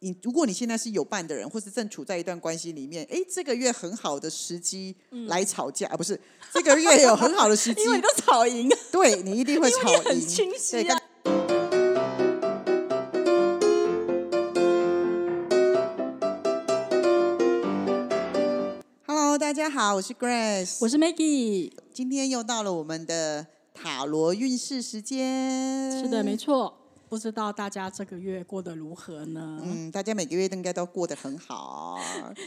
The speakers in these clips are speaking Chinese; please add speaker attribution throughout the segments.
Speaker 1: 你如果你现在是有伴的人，或是正处在一段关系里面，哎，这个月很好的时机来吵架，啊不是这个月 有很好的时机，
Speaker 2: 嗯 因为你都啊吵赢，
Speaker 1: 对你一定会吵
Speaker 2: 因为你
Speaker 1: 赢，
Speaker 2: 很清晰啊
Speaker 1: 对跟，Hello，大家好，我是 Grace，
Speaker 2: 我是 Maggie，
Speaker 1: 今天又到了我们的塔罗运势时间。
Speaker 2: 是的，没错。不知道大家这个月过得如何呢？
Speaker 1: 嗯，大家每个月都应该都过得很好。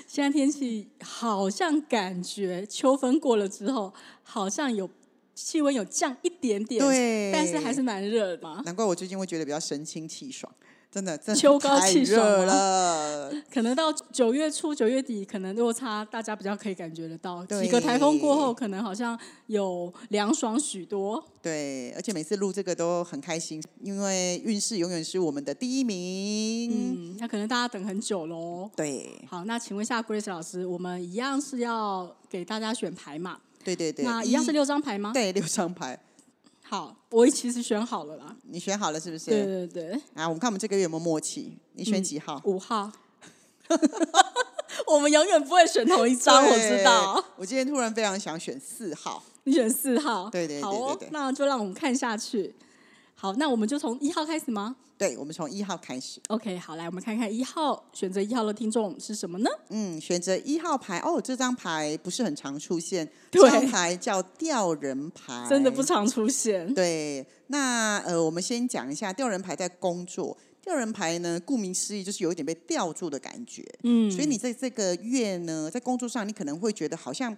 Speaker 2: 现在天气好像感觉秋分过了之后，好像有气温有降一点点，
Speaker 1: 对
Speaker 2: 但是还是蛮热的嘛。
Speaker 1: 难怪我最近会觉得比较神清气爽， 真的，真的
Speaker 2: 秋高气爽
Speaker 1: 太热
Speaker 2: 吗
Speaker 1: 了。
Speaker 2: 可能到九月初、九月底，可能落差大家比较可以感觉得到。
Speaker 1: 对
Speaker 2: 几个台风过后，可能好像有凉爽许多。
Speaker 1: 对，而且每次录这个都很开心，因为运势永远是我们的第一名。
Speaker 2: 嗯，那可能大家等很久喽。
Speaker 1: 对，
Speaker 2: 好，那请问一下 Grace 老师，我们一样是要给大家选牌嘛？
Speaker 1: 对对对，
Speaker 2: 那一样是六张牌吗？
Speaker 1: 对六张牌，
Speaker 2: 好，我其实选好了啦。
Speaker 1: 你选好了是不是？
Speaker 2: 对对对，
Speaker 1: 啊，我们看我们这个月有没有默契？你选
Speaker 2: 嗯
Speaker 1: 几号？
Speaker 2: 五号。 我们永远不会选同一张，我
Speaker 1: 对
Speaker 2: 知道。。
Speaker 1: 我今天突然非常想选四号，
Speaker 2: 你选四号，
Speaker 1: 对对对
Speaker 2: 好哦
Speaker 1: 对对，
Speaker 2: 那就让我们看下去。好，那我们就从一号开始吗
Speaker 1: 对，我们从一号开始。
Speaker 2: ？OK，好，来我们看看一号选择一号的听众是什么呢？
Speaker 1: 嗯，选择一号牌哦，这张牌不是很常出现，
Speaker 2: 对
Speaker 1: 这张牌叫吊人牌，
Speaker 2: 真的不常出现。
Speaker 1: 对。那呃，我们先讲一下吊人牌在工作，吊人牌呢，顾名思义就是有一点被吊住的感觉，
Speaker 2: 嗯，
Speaker 1: 所以你在这个月呢，在工作上你可能会觉得好像。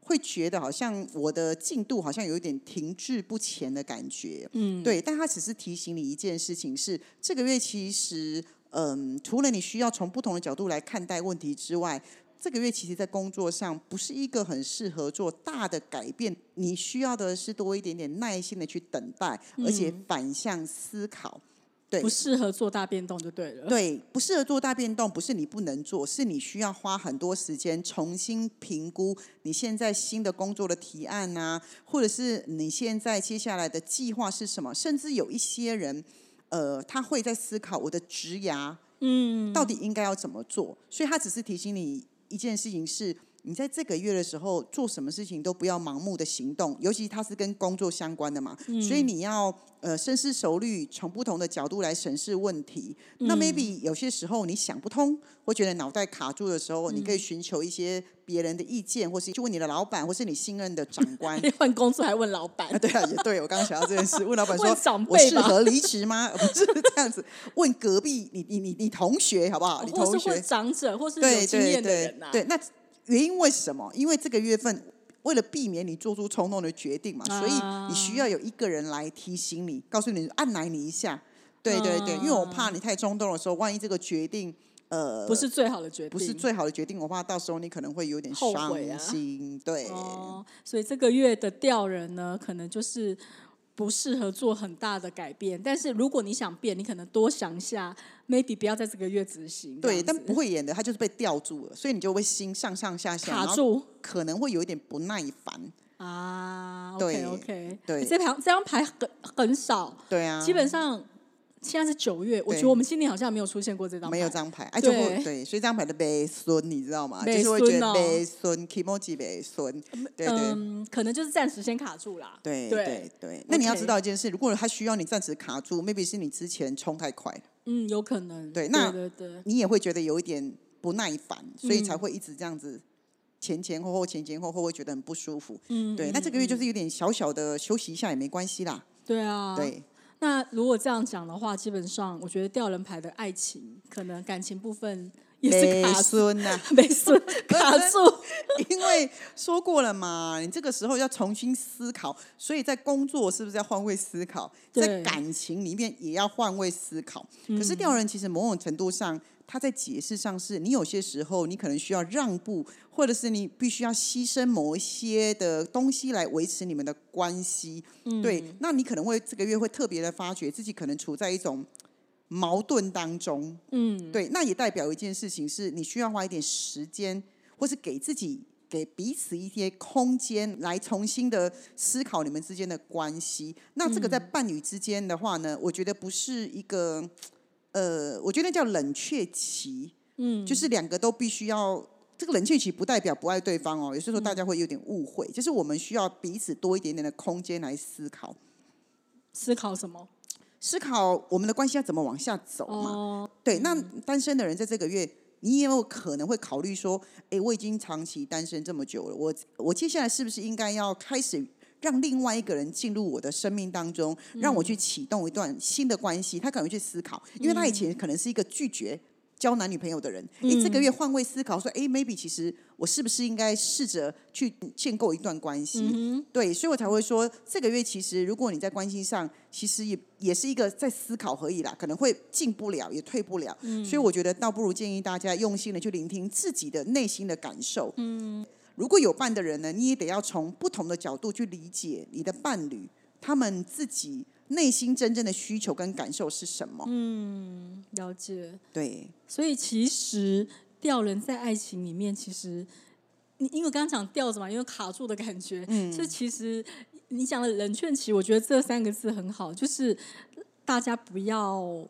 Speaker 1: 会觉得好像我的进度好像有一点停滞不前的感觉，
Speaker 2: 嗯，
Speaker 1: 对，但他只是提醒你一件事情是，这个月其实，嗯，除了你需要从不同的角度来看待问题之外，这个月其实在工作上不是一个很适合做大的改变，你需要的是多一点点耐心的去等待，而且反向思考。对
Speaker 2: 嗯不适合做大变动就对了。
Speaker 1: 对，不适合做大变动，不是你不能做，是你需要花很多时间重新评估你现在新的工作的提案啊，或者是你现在接下来的计划是什么，甚至有一些人。呃，他会在思考我的职涯
Speaker 2: 嗯，
Speaker 1: 到底应该要怎么做，所以他只是提醒你一件事情是：你在这个月的时候做什么事情都不要盲目的行动，尤其它是跟工作相关的嘛，所以你要呃深思熟虑，从不同的角度来审视问题。那 maybe 有些时候你想不通，或觉得脑袋卡住的时候，你可以寻求一些别人的意见，或是去问你的老板，或是你信任的长官。
Speaker 2: 换工作还问老板
Speaker 1: 啊，，对啊，也对，我刚刚想到这件事，问老板说
Speaker 2: 问长辈
Speaker 1: 我适
Speaker 2: 吧
Speaker 1: 合离职吗？不是这样子，问隔壁你你你你同学好不好？你
Speaker 2: 哦或
Speaker 1: 同
Speaker 2: 是问
Speaker 1: 学
Speaker 2: 长者，或是有
Speaker 1: 对
Speaker 2: 经
Speaker 1: 对
Speaker 2: 验的
Speaker 1: 对
Speaker 2: 人啊呐、
Speaker 1: 对，那原因为什么？因为这个月份。为了避免你做出冲动的决定嘛，所以
Speaker 2: 啊
Speaker 1: 你需要有一个人来提醒你，告诉你按来你一下。对对对，因为我怕你太冲动的时候，万一这个决定呃
Speaker 2: 啊不是最好的决定，
Speaker 1: 不是最好的决定，我怕到时候你可能会有点
Speaker 2: 后悔
Speaker 1: 伤
Speaker 2: 啊
Speaker 1: 心。对，
Speaker 2: 哦，所以这个月的调人呢，可能就是不适合做很大的改变。但是如果你想变，你可能多想一下，maybe 不要在这个月执行。
Speaker 1: 对，
Speaker 2: 这
Speaker 1: 但
Speaker 2: 样子
Speaker 1: 不会演的，他就是被吊住了，所以你就会心上上下下
Speaker 2: 卡，
Speaker 1: 然后
Speaker 2: 住
Speaker 1: 可能会有一点不耐烦。
Speaker 2: 啊。
Speaker 1: 对
Speaker 2: OK OK，
Speaker 1: 对
Speaker 2: 这盘这张牌很很少，
Speaker 1: 对啊，
Speaker 2: 基本上现在是九月，我
Speaker 1: 对
Speaker 2: 觉得我们今年好像没有出现过这张牌，
Speaker 1: 没有这张牌，哎，就会
Speaker 2: 对
Speaker 1: 对，所以这张牌的悲孙，你知道吗？就
Speaker 2: 悲
Speaker 1: 是会
Speaker 2: 孙
Speaker 1: 觉得
Speaker 2: 哦
Speaker 1: 悲孙，emoji 悲孙，对对。
Speaker 2: 嗯，可能就是暂时先卡住啦。
Speaker 1: 对
Speaker 2: 对
Speaker 1: 对对，那你要
Speaker 2: OK
Speaker 1: 知道一件事，如果他需要你暂时卡住，maybe 是你之前冲太快了，
Speaker 2: 嗯，有可能。
Speaker 1: 对那
Speaker 2: 对对
Speaker 1: 你也会觉得有一点不耐烦，所以才
Speaker 2: 嗯
Speaker 1: 会一直这样子前前后后、前前后后，会觉得很不舒服。
Speaker 2: 嗯，
Speaker 1: 对，
Speaker 2: 嗯
Speaker 1: 那这个月就
Speaker 2: 嗯
Speaker 1: 是有点小小的休息一下也没关系啦。
Speaker 2: 对啊，
Speaker 1: 对，
Speaker 2: 那如果这样讲的话，基本上我觉得吊人牌的爱情，可能感情部分也是
Speaker 1: 悲
Speaker 2: 卡住，
Speaker 1: 孙呐，
Speaker 2: 没事，卡住。
Speaker 1: 因为说过了嘛，你这个时候要重新思考，所以在工作是不是要换位思考，
Speaker 2: 对嗯
Speaker 1: 在感情里面也要换位思考。可是吊人其实某种程度上，他在解释上是你有些时候你可能需要让步，或者是你必须要牺牲某一些的东西来维持你们的关系。对，
Speaker 2: 嗯
Speaker 1: 那你可能会这个月会特别的发觉自己可能处在一种矛盾当中。
Speaker 2: 嗯，
Speaker 1: 对，那也代表一件事情是，你需要花一点时间，或是给自己、给彼此一些空间，来重新的思考你们之间的关系。那这个在伴侣之间的话呢，我觉得不是一个。呃，我觉得叫冷却期，嗯，就是两个都必须要。这个冷却期不代表不爱对方哦，有时候大家会有点误会，就是我们需要彼此多一点点的空间来思考，
Speaker 2: 思考什么？
Speaker 1: 思考我们的关系要怎么往下走嘛。
Speaker 2: 哦，
Speaker 1: 对，那单身的人在这个月，你也有可能会考虑说，诶，我已经长期单身这么久了，我我接下来是不是应该要开始让另外一个人进入我的生命当中，让我去启动一段新的关系？他可能会去思考，因为他以前可能是一个拒绝。交男女朋友的人，诶，这个月换位思考，说，诶 m a y b e 其实我是不是应该试着去建构一段关系？对，所以我才会说，这个月其实如果你在关系上，其实也也是一个在思考而已啦，可能会进不了，也退不了。所以我觉得倒不如建议大家用心的去聆听自己的内心的感受。嗯，如果有伴的人呢，你也得要从不同的角度去理解你的伴侣，他们自己内心真正的需求跟感受是什么。嗯，
Speaker 2: 了解。
Speaker 1: 对，
Speaker 2: 所以其实吊人在爱情里面，其实你因为刚刚讲吊着嘛，因为卡住的感觉，嗯，所以其实你讲的冷却期，我觉得这三个字很好，就是大家不要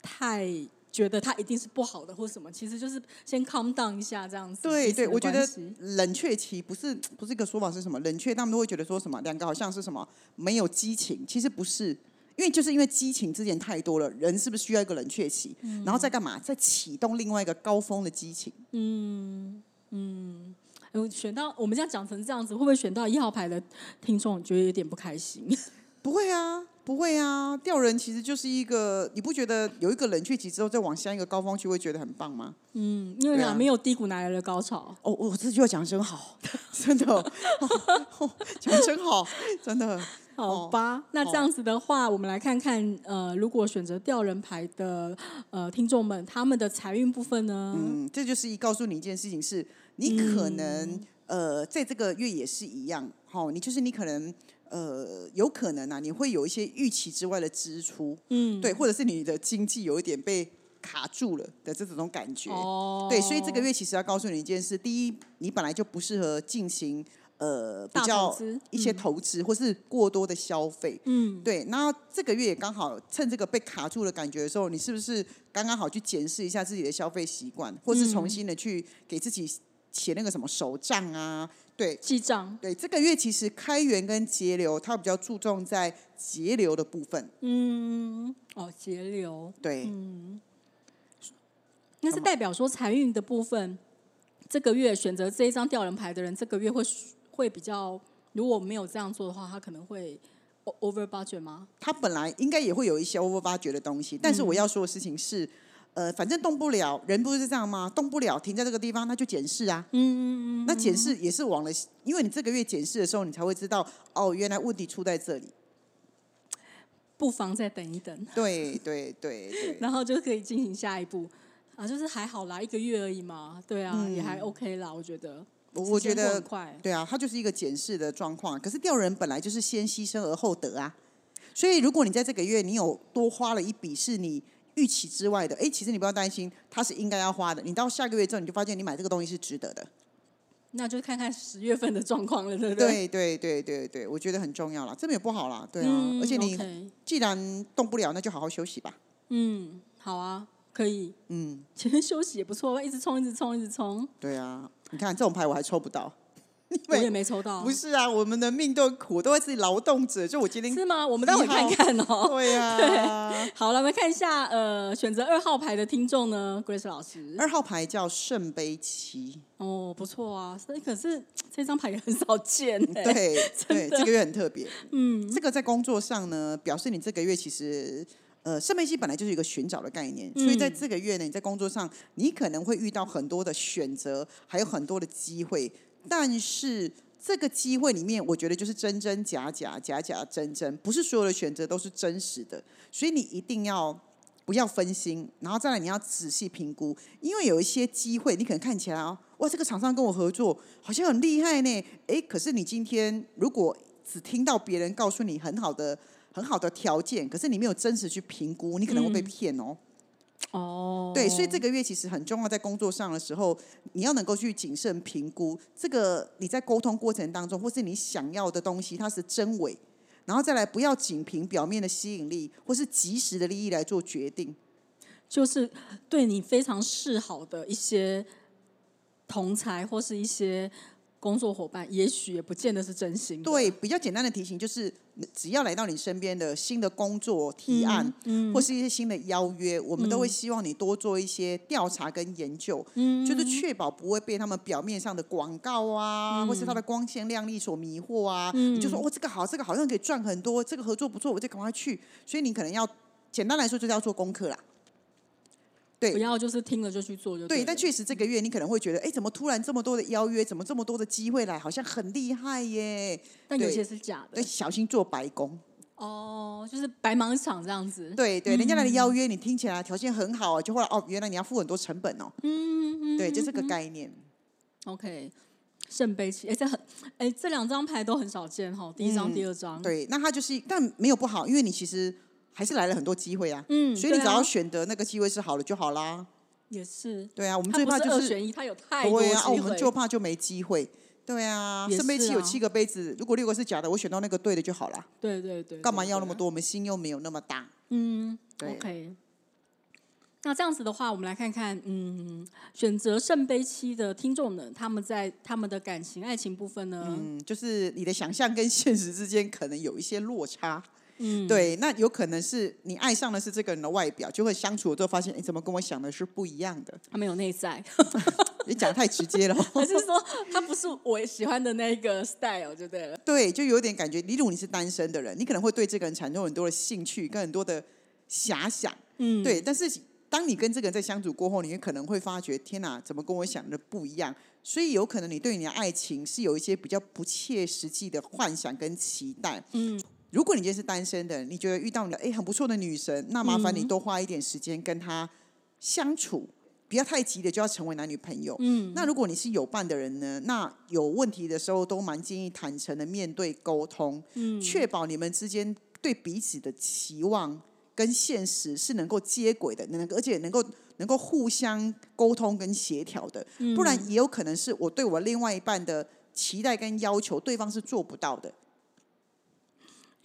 Speaker 2: 太。觉得它一定是不好的或什么，其实就是先 calm down 一下这样子。
Speaker 1: 对
Speaker 2: 彼此的
Speaker 1: 对，我觉
Speaker 2: 关
Speaker 1: 得
Speaker 2: 系
Speaker 1: 冷却期不是不是一个说法是什么？冷却他们都会觉得说什么两个好像是什么没有激情，其实不是，因为就是因为激情之前太多了，人是不是需要一个冷却期？然后再干嘛？再启动另外一个高峰的激情？
Speaker 2: 嗯，选到我们这样讲成这样子，会不会选到一号牌的听众觉得有点不开心？
Speaker 1: 不会啊，不会啊，吊人其实就是一个，你不觉得有一个冷却期之后再往下一个高峰去会觉得很棒吗？
Speaker 2: 嗯，因为
Speaker 1: 对
Speaker 2: 啊，
Speaker 1: 啊
Speaker 2: 没有低谷哪来的高潮？
Speaker 1: 哦，我这句话讲得真好，真的，哦哦讲得真好，真的。哦
Speaker 2: 好吧，那这样子的话，我们来看看，呃，如果选择吊人牌的呃听众们，他们的财运部分呢？
Speaker 1: 嗯，这就是一告诉你一件事情是，你可能、
Speaker 2: 嗯
Speaker 1: 呃，在这个月也是一样，好、你就是你可能呃，有可能啊，你会有一些预期之外的支出，嗯，对，或者是你的经济有一点被卡住了的这种感觉，
Speaker 2: 哦，
Speaker 1: 对，所以这个月其实要告诉你一件事：第一，你本来就不适合进行呃比
Speaker 2: 大投
Speaker 1: 较
Speaker 2: 资嗯
Speaker 1: 一些投资、或是过多的消费。嗯，对。那这个月也刚好趁这个被卡住的感觉的时候，你是不是刚刚好去检视一下自己的消费习惯，或是重新的去给自己写那个什么手账啊？对。
Speaker 2: 记账，
Speaker 1: 对，这个月其实开源跟节流，它比较注重在节流的部分。
Speaker 2: 嗯，哦，节流，
Speaker 1: 对，
Speaker 2: 那是代表说财运的部分，这个月选择这一张吊人牌的人，这个月会会比较，如果没有这样做的话，他可能会 o- over budget 吗？
Speaker 1: 他本来应该也会有一些 over 发掘的东西，但是我要说的事情是，呃，反正动不了，人不是这样吗？动不了，停在这个地方，那就检视啊。嗯嗯嗯。那检视也是往了，因为你这个月检视的时候，你才会知道，哦，原来问题出在这里。
Speaker 2: 不妨再等一等。
Speaker 1: 对对对 对。
Speaker 2: 然后就可以进行下一步啊，就是还好啦，一个月而已嘛，对啊，也还 OK 啦，我觉得。
Speaker 1: 嗯我我
Speaker 2: 时间
Speaker 1: 觉
Speaker 2: 过很
Speaker 1: 得
Speaker 2: 快，
Speaker 1: 对啊，它就是一个检视的状况。可是吊人本来就是先牺牲而后得啊，所以如果你在这个月你有多花了一笔是你预期之外的，哎，其实你不要担心，它是应该要花的。你到下个月之后，你就发现你买这个东西是值得的。
Speaker 2: 那就看看十月份的状况了，对不？
Speaker 1: 对对对对对，我觉得很重要啦，这没有不好啦，对啊，
Speaker 2: 嗯，
Speaker 1: 而且你
Speaker 2: OK
Speaker 1: 既然动不了，那就好好休息吧。
Speaker 2: 嗯，好啊，可以，
Speaker 1: 嗯，
Speaker 2: 前面休息也不错，一直冲，一直冲，一直冲，
Speaker 1: 对啊，你看这种牌我还抽不到，
Speaker 2: 我
Speaker 1: 为
Speaker 2: 也没抽到
Speaker 1: 不，是啊，我们的命都很苦，都会是劳动者，就我今天
Speaker 2: 是吗？我们待会
Speaker 1: 一号
Speaker 2: 看看哦。
Speaker 1: 对啊，
Speaker 2: 好了，我们看一下，呃，选择二号牌的听众呢，Grace 老师，
Speaker 1: 二号牌叫圣杯七，
Speaker 2: 哦，不错啊，所以可是这张牌也很少见哎、
Speaker 1: 对对，这个月很特别，嗯，这个在工作上呢，表示你这个月其实。呃，圣杯七本来就是一个寻找的概念，所以在这个月呢，你在工作上，你可能会遇到很多的选择，还有很多的机会。但是这个机会里面，我觉得就是真真假假，假假真真，不是所有的选择都是真实的，所以你一定要不要分心，然后再来你要仔细评估，因为有一些机会，你可能看起来哦，哇，这个厂商跟我合作好像很厉害呢，诶，可是你今天如果只听到别人告诉你很好的。很好的条件，可是你没有真实去评估，你可能会被骗哦。
Speaker 2: 哦，
Speaker 1: 对，所以这个月其实很重要，在工作上的时候，你要能够去谨慎评估这个你在沟通过程当中，或是你想要的东西，它是真伪，然后再来不要仅凭表面的吸引力或是即时的利益来做决定。
Speaker 2: 就是对你非常示好的一些同才或是一些工作伙伴，也许也不见得是真心的。
Speaker 1: 对，比较简单的提醒就是，只要来到你身边的新的工作提案，或是一些新的邀约，我们都会希望你多做一些调查跟研究，就是确保不会被他们表面上的广告啊，或是它的光鲜亮丽所迷惑啊。你就说哦，这个好，这个好像可以赚很多，这个合作不错，我就赶快去。所以你可能要简单来说就是要做功课啦。对
Speaker 2: 不要就是听了就去做就
Speaker 1: 对，
Speaker 2: 了
Speaker 1: 但确实这个月你可能会觉得，哎，怎么突然这么多的邀约，怎么这么多的机会来，好像很厉害耶。
Speaker 2: 但有
Speaker 1: 对
Speaker 2: 些是假
Speaker 1: 对，
Speaker 2: 的
Speaker 1: 小心做白工。
Speaker 2: 哦，就是白忙一场这样子。
Speaker 1: 对对，人家来的
Speaker 2: 嗯
Speaker 1: 邀约，你听起来条件很好啊，就后来哦，原来你要付很多成本哦。
Speaker 2: 嗯，嗯
Speaker 1: 对，就这
Speaker 2: 嗯
Speaker 1: 个概念。
Speaker 2: OK，圣杯七，哎，这很，哎，这两张牌都很少见哈，第一张、
Speaker 1: 嗯
Speaker 2: 第二张，，
Speaker 1: 对，那它就是，但没有不好，因为你其实还是来了很多机会啊。
Speaker 2: 嗯，
Speaker 1: 所以你只
Speaker 2: 对啊
Speaker 1: 要选择那个机会是好了就好啦。
Speaker 2: 也是，
Speaker 1: 对啊，我们
Speaker 2: 它
Speaker 1: 最
Speaker 2: 不
Speaker 1: 怕
Speaker 2: 是
Speaker 1: 就
Speaker 2: 二
Speaker 1: 是
Speaker 2: 选一，它有太多
Speaker 1: 对
Speaker 2: 机
Speaker 1: 啊，我们
Speaker 2: 会
Speaker 1: 就怕就没机会。对啊，
Speaker 2: 也
Speaker 1: 圣杯
Speaker 2: 是
Speaker 1: 七有
Speaker 2: 啊
Speaker 1: 七个杯子，如果六个是假的，我选到那个对的就好啦。
Speaker 2: 对对对，
Speaker 1: 干嘛
Speaker 2: 对啊
Speaker 1: 要那么？多？我们心又没有那么大。
Speaker 2: 对嗯
Speaker 1: 对
Speaker 2: ，OK。那这样子的话，我们来看看，嗯，选择圣杯七的听众呢，他们在他们的感情、爱情部分呢，
Speaker 1: 嗯，就是你的想象跟现实之间可能有一些落差。嗯，对，那有可能是你爱上的是这个人的外表，就会相处了之后发现，你怎么跟我想的是不一样的？
Speaker 2: 他们有 内在，
Speaker 1: 你讲得太直接了哦，
Speaker 2: 还是说他不是我喜欢的那个 style 就对了？
Speaker 1: 对，就有点感觉。例如你是单身的人，你可能会对这个人产生很多的兴趣跟很多的遐想，
Speaker 2: 嗯，
Speaker 1: 对。但是当你跟这个人在相处过后，你也可能会发觉，天哪，怎么跟我想的不一样？所以有可能你对你的爱情是有一些比较不切实际的幻想跟期待。
Speaker 2: 嗯，
Speaker 1: 如果你今天是单身的，你觉得遇到你的哎很不错的女神，那麻烦你
Speaker 2: 嗯
Speaker 1: 多花一点时间跟她相处，不要太急的就要成为男女朋友。
Speaker 2: 嗯，
Speaker 1: 那如果你是有伴的人呢，那有问题的时候都蛮建议坦诚的面对沟通，
Speaker 2: 嗯
Speaker 1: 确保你们之间对彼此的期望跟现实是能够接轨的，能而且能够能够互相沟通跟协调的，不然也有可能是我对我另外一半的期待跟要求，对方是做不到的。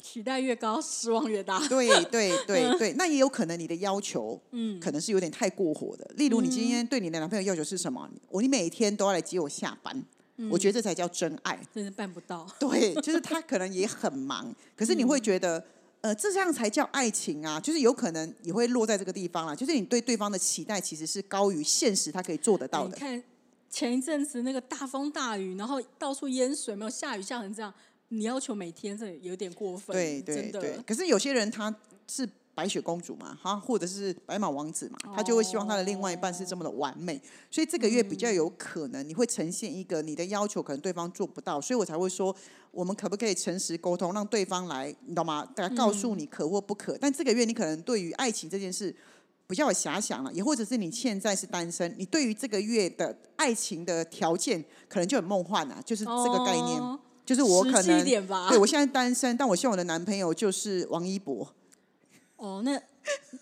Speaker 2: 期待越高，失望越大。
Speaker 1: 对对对对，那也有可能你的要求
Speaker 2: 嗯，
Speaker 1: 可能是有点太过火的。例如，你今天对你的男朋友要求是什么？我你每天都要来接我下班，我觉得这才叫真爱。
Speaker 2: 真的办不到。
Speaker 1: 对，就是他可能也很忙，可是你会觉得，呃，这样才叫爱情啊！就是有可能也会落在这个地方啦，就是你对对方的期待其实是高于现实，他可以做得到
Speaker 2: 哎你
Speaker 1: 的。
Speaker 2: 看前一阵子那个大风大雨，然后到处淹水，没有下雨下成这样，你要求每天这有点过分，
Speaker 1: 对
Speaker 2: 真
Speaker 1: 对
Speaker 2: 的
Speaker 1: 对，可是有些人他是。白雪公主嘛，哈，或者是白马王子嘛，他就会希望他的另外一半是这么的完美，所以这个月比
Speaker 2: 嗯
Speaker 1: 较有可能你会呈现一个你的要求可能对方做不到，所以我才会说我们可不可以诚实沟通，让对方来，你懂吗？大家告诉
Speaker 2: 嗯
Speaker 1: 你可或不可。但这个月你可能对于爱情这件事比较有遐想了，也或者是你现在是单身，你对于这个月的爱情的条件可能就很梦幻啊，就是这个概念。
Speaker 2: 哦
Speaker 1: 就是我可
Speaker 2: 实际一
Speaker 1: 能
Speaker 2: 点吧
Speaker 1: 对我现在单身，但我希望我的男朋友就是王一博。
Speaker 2: 哦，那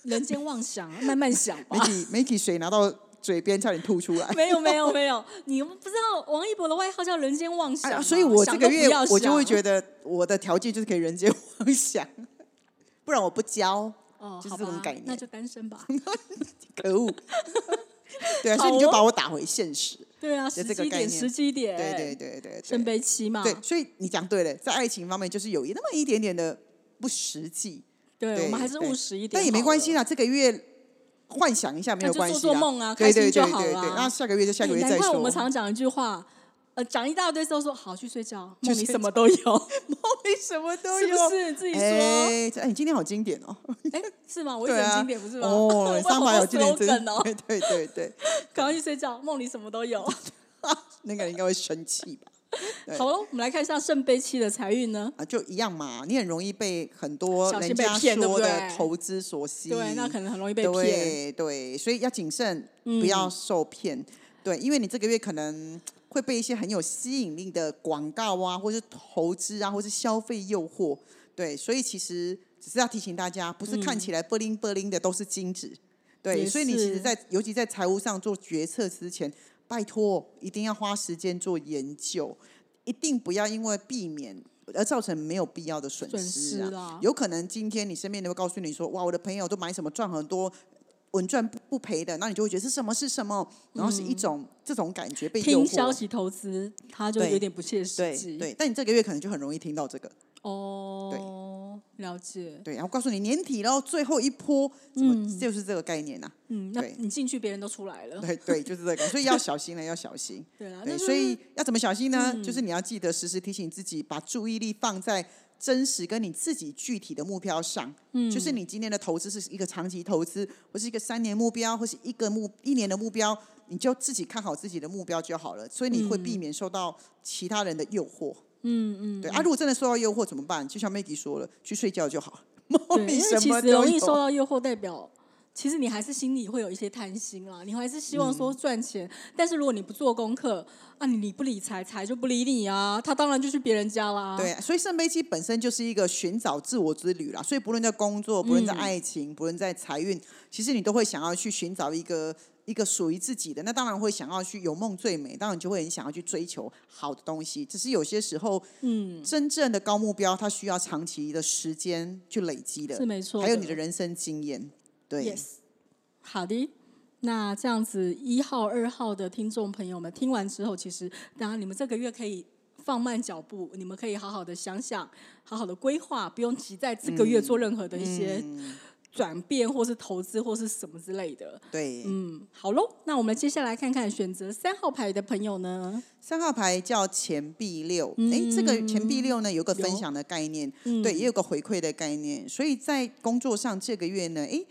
Speaker 2: 人间妄想，慢慢想吧
Speaker 1: 媒。体媒体水拿到嘴边，差点吐出来。
Speaker 2: 没有没有没有，你们不知道王一博的外号叫“人间妄 想、
Speaker 1: 哎
Speaker 2: 吗
Speaker 1: 呀，所以我这个月我就会
Speaker 2: 得
Speaker 1: 觉得我的条件就是可以人间 妄想，不然我不交。
Speaker 2: 哦，
Speaker 1: 就是
Speaker 2: 好
Speaker 1: 这种
Speaker 2: 吧
Speaker 1: 概念
Speaker 2: 那就单身吧。
Speaker 1: 可恶。 对啊，所以
Speaker 2: 好
Speaker 1: 你就
Speaker 2: 哦
Speaker 1: 把我打回现实。
Speaker 2: 对啊，
Speaker 1: 就
Speaker 2: 实
Speaker 1: 这个
Speaker 2: 际一
Speaker 1: 概
Speaker 2: 点，
Speaker 1: 念
Speaker 2: 实际一点，
Speaker 1: 对对对对对。
Speaker 2: 圣杯七嘛，
Speaker 1: 对，所以你讲对了，在爱情方面就是有那么一点点的不实际，
Speaker 2: 对，
Speaker 1: 对
Speaker 2: 我们还是
Speaker 1: 对
Speaker 2: 务实一点，
Speaker 1: 但也没关系。啦。这个月幻想一下没有
Speaker 2: 那就
Speaker 1: 关系啦，
Speaker 2: 做做梦啊
Speaker 1: 对
Speaker 2: 开
Speaker 1: 对
Speaker 2: 心
Speaker 1: 对
Speaker 2: 就
Speaker 1: 对
Speaker 2: 好
Speaker 1: 对。
Speaker 2: 啦哎
Speaker 1: 那下个月就下个月
Speaker 2: 难
Speaker 1: 再
Speaker 2: 怪
Speaker 1: 说。
Speaker 2: 我们常讲一句话，呃，讲一大堆之后说好去睡觉，
Speaker 1: 去
Speaker 2: 梦里
Speaker 1: 睡
Speaker 2: 什么都有，是
Speaker 1: 为什么都有，
Speaker 2: 不是？自己说，
Speaker 1: 哎，这哎，你今天好经典哦。
Speaker 2: 哎，是吗？ 我一
Speaker 1: 对
Speaker 2: 点
Speaker 1: 啊，
Speaker 2: 经典不是吗？
Speaker 1: 哦，
Speaker 2: 我
Speaker 1: 三百有
Speaker 2: 好
Speaker 1: 经典真
Speaker 2: 梗哦，
Speaker 1: 对 对对对，
Speaker 2: 赶快去睡觉，梦里什么都有。
Speaker 1: 那个人应该会生气吧？对
Speaker 2: 好了，我们来看一下圣杯七的财运呢。
Speaker 1: 啊，就一样嘛，你很容易被很多
Speaker 2: 小心
Speaker 1: 人
Speaker 2: 被
Speaker 1: 家
Speaker 2: 骗对不
Speaker 1: 说的
Speaker 2: 对
Speaker 1: 投资所吸引，
Speaker 2: 对，那可能很容易被骗。嗯
Speaker 1: 对对，所以要谨慎，不要受骗。对，因为你这个月可能会被一些很有吸引力的广告啊，或是投资啊，或是消费诱惑。对，所以其实只是要提醒大家，不是看起来不灵不灵的都是金子。对，
Speaker 2: 嗯也
Speaker 1: 所以你其实
Speaker 2: 是
Speaker 1: 在尤其在财务上做决策之前，拜托一定要花时间做研究，一定不要因为避免而造成没有必要的损
Speaker 2: 损
Speaker 1: 失啊。
Speaker 2: 失啦
Speaker 1: 有可能今天你身边的会告诉你说，哇，我的朋友都买什么赚很多。稳赚不不赔的，然后你就会觉得是什么是什么，然后是一种、这种感觉被诱
Speaker 2: 听消
Speaker 1: 惑。
Speaker 2: 息投资，它就
Speaker 1: 对
Speaker 2: 有点不切实
Speaker 1: 对
Speaker 2: 际。
Speaker 1: 对，但你这个月可能就很容易听到这个。
Speaker 2: 哦，了解。
Speaker 1: 对，然后告诉你年底然后最后一波，怎么、就是这个概念呐、
Speaker 2: 嗯，那
Speaker 1: 对
Speaker 2: 你进去，别人都出来了。
Speaker 1: 对对，就是这个感觉，所以要小心了，要小心。
Speaker 2: 对啦，
Speaker 1: 对，
Speaker 2: 啊那就嗯
Speaker 1: 所以
Speaker 2: 是
Speaker 1: 要怎么小心呢？就是你要记得时时提醒自己，把注意力放在真实跟你自己具体的目标上。嗯，就是你今天的投资是一个长期投资，或是一个三年目标，或是一个目一年的目标，你就自己看好自己的目标就好了。所以你会避免受到其他人的诱惑。
Speaker 2: 嗯嗯嗯，
Speaker 1: 对啊，如果真的受到诱惑怎么办？就像 Maggie 说了，去睡觉就好。梦
Speaker 2: 对，
Speaker 1: 里
Speaker 2: 因
Speaker 1: 什
Speaker 2: 为其
Speaker 1: 么
Speaker 2: 实
Speaker 1: 都
Speaker 2: 容易
Speaker 1: 有。
Speaker 2: 受到诱惑，代表其实你还是心里会有一些贪心啦，你还是希望说
Speaker 1: 嗯
Speaker 2: 赚钱，但是如果你不做功课啊，你你不理财，财就不理你啊，他当然就去别人家啦。
Speaker 1: 对，啊所以圣杯七本身就是一个寻找自我之旅啦。所以不论在工作，不论
Speaker 2: 嗯
Speaker 1: 在爱情，不论在财运，其实你都会想要去寻找一个一个属于自己的。那当然会想要去有梦最美，当然就会很想要去追求好的东西。只是有些时候，嗯，真正的高目标，它需要长期的时间去累积的，
Speaker 2: 是没错
Speaker 1: 啊
Speaker 2: 的
Speaker 1: 还有你的人生经验，对。
Speaker 2: Yes，好的。那这样子，一号、二号的听众朋友们听完之后，其实当然你们这个月可以放慢脚步，你们可以好好的想想，好好的规划，不用急在这个月做任何的一些转变，或是投资，或是什么之类的。
Speaker 1: 对，
Speaker 2: 嗯，好喽，那我们接下来看看选择三号牌的朋友呢？
Speaker 1: 三号牌叫钱币六，哎、这个钱币六呢有个分享的概念，对，也有个回馈的概念，所以在工作上这个月呢，哎，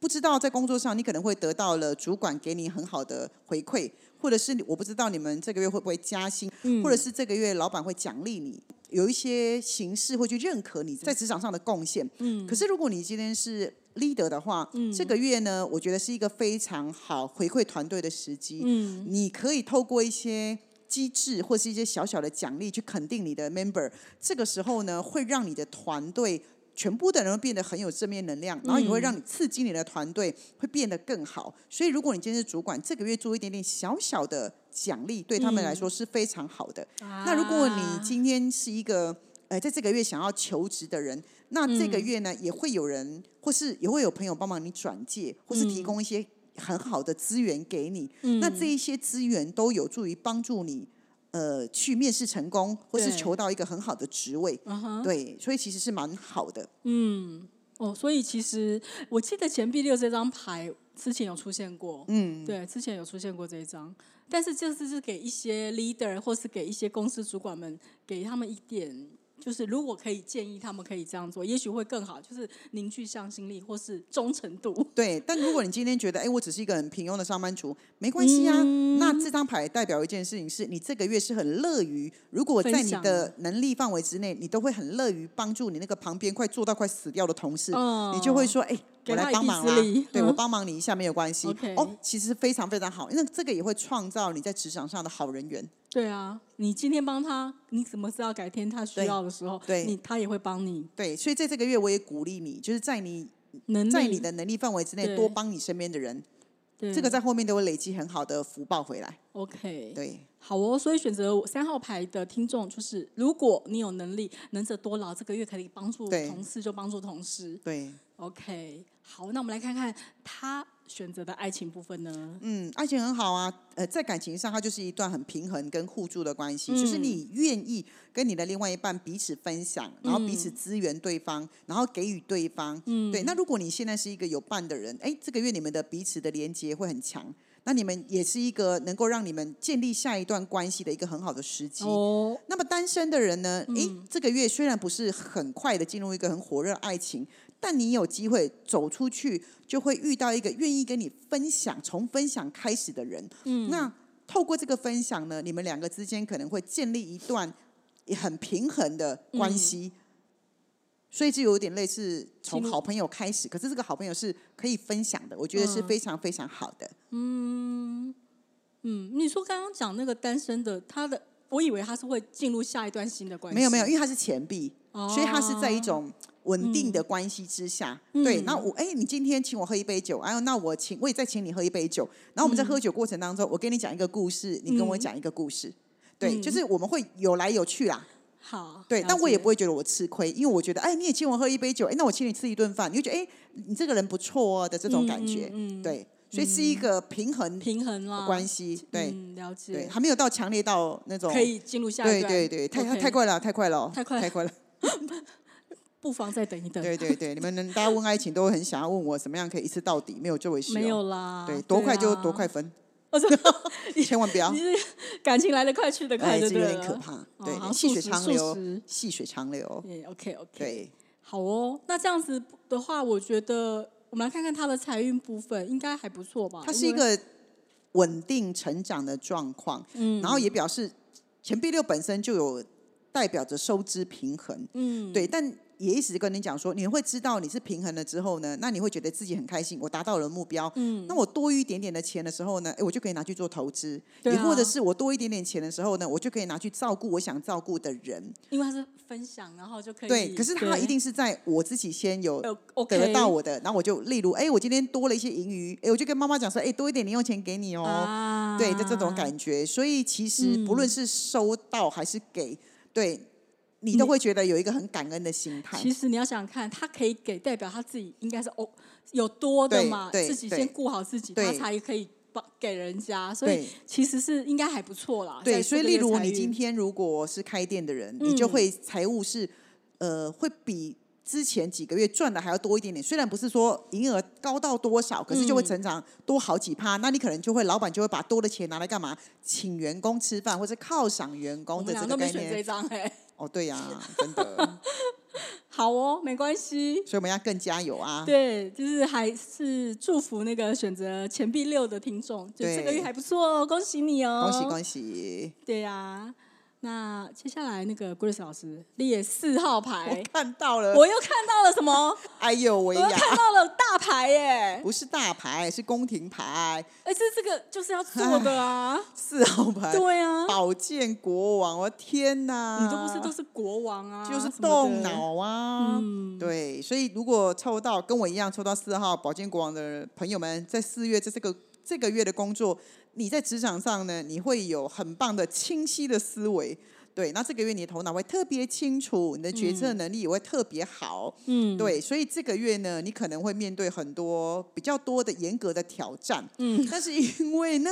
Speaker 1: 不知道在工作上你可能会得到了主管给你很好的回馈，或者是我不知道你们这个月会不会加薪，或者是这个月老板会奖励你。有一些形式会去认可你在职场上的贡献，嗯，可是如果你今天是 leader 的话，嗯，这个月呢，我觉得是一个非常好回馈团队的时机，嗯，你可以透过一些机制或是一些小小的奖励去肯定你的 member，这个时候呢，会让你的团队。全部的人都变得很有正面能量，然后也会让你刺激你的团队会变得更好。所以，如果你今天是主管，这个月做一点点小小的奖励，对他们来说是非常好的。那如果
Speaker 2: 啊
Speaker 1: 你今天是一个呃，在这个月想要求职的人，那这
Speaker 2: 嗯
Speaker 1: 个月呢、也会有人，或是也会有朋友帮忙你转介，或是提
Speaker 2: 嗯
Speaker 1: 供一些很好的资源给你。那这一些资源都有助于帮助你。呃，去面试成功，或是
Speaker 2: 对
Speaker 1: 求到一个很好的职位，
Speaker 2: 嗯哼，
Speaker 1: 对，所以其实是蛮好的。
Speaker 2: 哦，所以其实我记得钱币六这张牌之前有出现过，嗯，对，之前有出现过这一张，但是这次是给一些 leader 或是给一些公司主管们，给他们一点，就是如果可以建议他们可以这样做，也许会更好，就是凝聚向心力或是忠诚度。
Speaker 1: 对，但如果你今天觉得，哎，我只是一个很平庸的上班族，没关系啊。
Speaker 2: 嗯
Speaker 1: 那这张牌代表一件事情是，你这个月是很乐于，如果在
Speaker 2: 分
Speaker 1: 你
Speaker 2: 享
Speaker 1: 的能力范围之内，你都会很乐于帮助你那个旁边快做到快死掉的同事，你就会说，哎，
Speaker 2: 嗯给
Speaker 1: 我
Speaker 2: 他
Speaker 1: 来
Speaker 2: 一
Speaker 1: 帮
Speaker 2: 臂
Speaker 1: 忙
Speaker 2: 之
Speaker 1: 啦
Speaker 2: 力，
Speaker 1: 对我
Speaker 2: 嗯
Speaker 1: 帮忙你一下没有关系
Speaker 2: OK。
Speaker 1: 哦，其实非常非常好，那这个也会创造你在职场上的好人缘。
Speaker 2: 对啊，你今天帮他，你怎么知道改天他需
Speaker 1: 对
Speaker 2: 要的时候，
Speaker 1: 对
Speaker 2: 你他也会帮你，
Speaker 1: 对，所以在这个月我也鼓励你，就是在你
Speaker 2: 能力
Speaker 1: 在你的能力范围之内
Speaker 2: 嗯对嗯
Speaker 1: 多帮你身边的人，
Speaker 2: 对
Speaker 1: 这个在后面都会累积很好的福报回来。
Speaker 2: OK
Speaker 1: 对。
Speaker 2: 好哦，所以选择三号牌的听众，就是如果你有能力，能者多劳，这个月可以帮助
Speaker 1: 对
Speaker 2: 同事就帮助同事。
Speaker 1: 对，
Speaker 2: OK，好，那我们来看看他选择的爱情部分呢？
Speaker 1: 嗯，爱情很好啊，呃，在感情上，它就是一段很平衡跟互助的关系，就是你愿意跟你的另外一半彼此分享，然后彼此支援对方，然后给予对方。嗯，对。那如果你现在是一个有伴的人，哎，这个月你们的彼此的连接会很强，那你们也是一个能够让你们建立下一段关系的一个很好的时机。
Speaker 2: 哦，
Speaker 1: 那么单身的人呢？诶，这个月虽然不是很快的进入一个很火热的爱情，但你有机会走出去，就会遇到一个愿意跟你分享，从分享开始的人。嗯，那透过这个分享呢，你们两个之间可能会建立一段很平衡的关系。所以就有点类似从
Speaker 2: 进入
Speaker 1: 好朋友开始，可是这个好朋友是可以分享的，我觉得是非常非常好的。
Speaker 2: 嗯，你说刚刚讲那个单身的，他的，我以为他是会进入下一段新的关系，
Speaker 1: 没有没有，因为它是钱币，
Speaker 2: 哦
Speaker 1: 所以它是在一种稳定的关系之下。
Speaker 2: 嗯
Speaker 1: 对，那我哎，你今天请我喝一杯酒，哎呦，那我请我也再请你喝一杯酒。然后我们在喝酒过程
Speaker 2: 嗯
Speaker 1: 当中，我跟你讲一个故事，你跟我讲一个故事。对，就是我们会有来有去啦。啊
Speaker 2: 好，
Speaker 1: 对，
Speaker 2: 了
Speaker 1: 但我也
Speaker 2: 解
Speaker 1: 不会觉得我吃亏，因为我觉得，哎，你也请我喝一杯酒，哎，那我请你吃一顿饭，你就觉得，哎，你这个人不错哦的这种感觉，
Speaker 2: 嗯嗯嗯
Speaker 1: 对，所以是一个平衡
Speaker 2: 平衡啦
Speaker 1: 关系，对、
Speaker 2: 嗯，了解，
Speaker 1: 对，还没有到强烈到那种，
Speaker 2: 可以进入下一
Speaker 1: 对
Speaker 2: 段，
Speaker 1: 对对，太
Speaker 2: OK
Speaker 1: 太，快了，太快了哦，
Speaker 2: 太快了
Speaker 1: 太快了，
Speaker 2: 不妨再等一 等，
Speaker 1: 对对对，你们能大家问爱情都会很想要问我怎么样可以一次到底，没有这回事、哦，
Speaker 2: 没有啦，
Speaker 1: 对，多快就
Speaker 2: 啊
Speaker 1: 多快，分，
Speaker 2: 我说
Speaker 1: 千万不要
Speaker 2: 你，是感情来得快去得快，
Speaker 1: 哎，
Speaker 2: 就
Speaker 1: 这
Speaker 2: 对
Speaker 1: 有
Speaker 2: 了，
Speaker 1: 点可怕，
Speaker 2: 哦好
Speaker 1: 对，
Speaker 2: 像
Speaker 1: 细水
Speaker 2: 素食
Speaker 1: 长
Speaker 2: 素
Speaker 1: 流
Speaker 2: 食，
Speaker 1: 细水长流，
Speaker 2: 嗯，OK OK，
Speaker 1: 对，
Speaker 2: 好哦，那这样子的话，我觉得我们来看看他的财运部分，应该还不错吧？
Speaker 1: 它是一
Speaker 2: 啊因为，
Speaker 1: 个稳定成长的状况，
Speaker 2: 嗯
Speaker 1: 然后也表示钱币六本身就有代表着收支平衡，
Speaker 2: 嗯，
Speaker 1: 对，但也一直跟你讲说，你会知道你是平衡了之后呢，那你会觉得自己很开心，我达到了目标，
Speaker 2: 嗯，
Speaker 1: 那我多余一点点的钱的时候呢，哎，我就可以拿去做投资，
Speaker 2: 对
Speaker 1: 也或者
Speaker 2: 啊
Speaker 1: 是我多一点点钱的时候呢，我就可以拿去照顾我想照顾的人，
Speaker 2: 因为他是分享，然后就可以
Speaker 1: 对，可是它
Speaker 2: 对
Speaker 1: 一定是在我自己先有
Speaker 2: 呃 OK
Speaker 1: 得到我的，然后我就例如，哎，我今天多了一些盈余，哎，我就跟妈妈讲说，哎，多一点零用钱给你哦，
Speaker 2: 啊，嗯
Speaker 1: 对，就这种感觉。所以其实不论是收到还是给，对你都会觉得有一个很感恩的心态。
Speaker 2: 其实你要想想看，他可以给，代表他自己应该是哦有多的
Speaker 1: 对
Speaker 2: 嘛，
Speaker 1: 对
Speaker 2: 自己
Speaker 1: 对
Speaker 2: 先顾好自己，
Speaker 1: 对
Speaker 2: 他才可以帮给人家，所以
Speaker 1: 对
Speaker 2: 其实是应该还不错啦。
Speaker 1: 对，
Speaker 2: 在
Speaker 1: 所以
Speaker 2: 这个
Speaker 1: 例
Speaker 2: 月
Speaker 1: 如
Speaker 2: 财
Speaker 1: 你
Speaker 2: 运
Speaker 1: 今天如果是开店的人，你就
Speaker 2: 嗯
Speaker 1: 会财务是呃会比。之前几个月赚的还要多一点点，虽然不是说营业额高到多少，可是就会
Speaker 2: 嗯
Speaker 1: 成长多好几趴。那你可能就会，老板就会把多的钱拿来干嘛？请员工吃饭，或者犒赏员
Speaker 2: 我
Speaker 1: 工
Speaker 2: 们
Speaker 1: 的
Speaker 2: 俩
Speaker 1: 这
Speaker 2: 都
Speaker 1: 个
Speaker 2: 没
Speaker 1: 概
Speaker 2: 选这一
Speaker 1: 念。
Speaker 2: 张哎、
Speaker 1: 哦，对呀、真的，
Speaker 2: 好哦，没关系。
Speaker 1: 所以我们要更加油啊！
Speaker 2: 对，就是还是祝福那个选择钱币六的听众，就
Speaker 1: 对
Speaker 2: 这个月还不错哦，恭喜你哦！
Speaker 1: 恭喜
Speaker 2: 喜！
Speaker 1: 恭喜！
Speaker 2: 对呀、那接下来那个 Grace 老师列四号
Speaker 1: 我
Speaker 2: 牌，
Speaker 1: 看到了，
Speaker 2: 我又看到了什么？
Speaker 1: 哎呦喂
Speaker 2: 我又
Speaker 1: 呀！
Speaker 2: 看到了大牌耶！
Speaker 1: 不是大牌，是宫廷牌，
Speaker 2: 而且这个就是要做 的啊，
Speaker 1: 四号牌，
Speaker 2: 对啊，
Speaker 1: 宝剑国王，我的天哪！
Speaker 2: 你都不是都是国王啊，
Speaker 1: 就是
Speaker 2: 什么的
Speaker 1: 动。脑啊，
Speaker 2: 嗯
Speaker 1: 对，所以如果抽到跟我一样抽到四号宝剑国王的朋友们，在四月在这个这个月的工作，你在职场上呢，你会有很棒的清晰的思维。对，那这个月你的头脑会特别清楚，你的决策能力也会特别好。
Speaker 2: 嗯，
Speaker 1: 对，所以这个月呢，你可能会面对很多比较多的严格的挑战，
Speaker 2: 嗯
Speaker 1: 但是因为呢，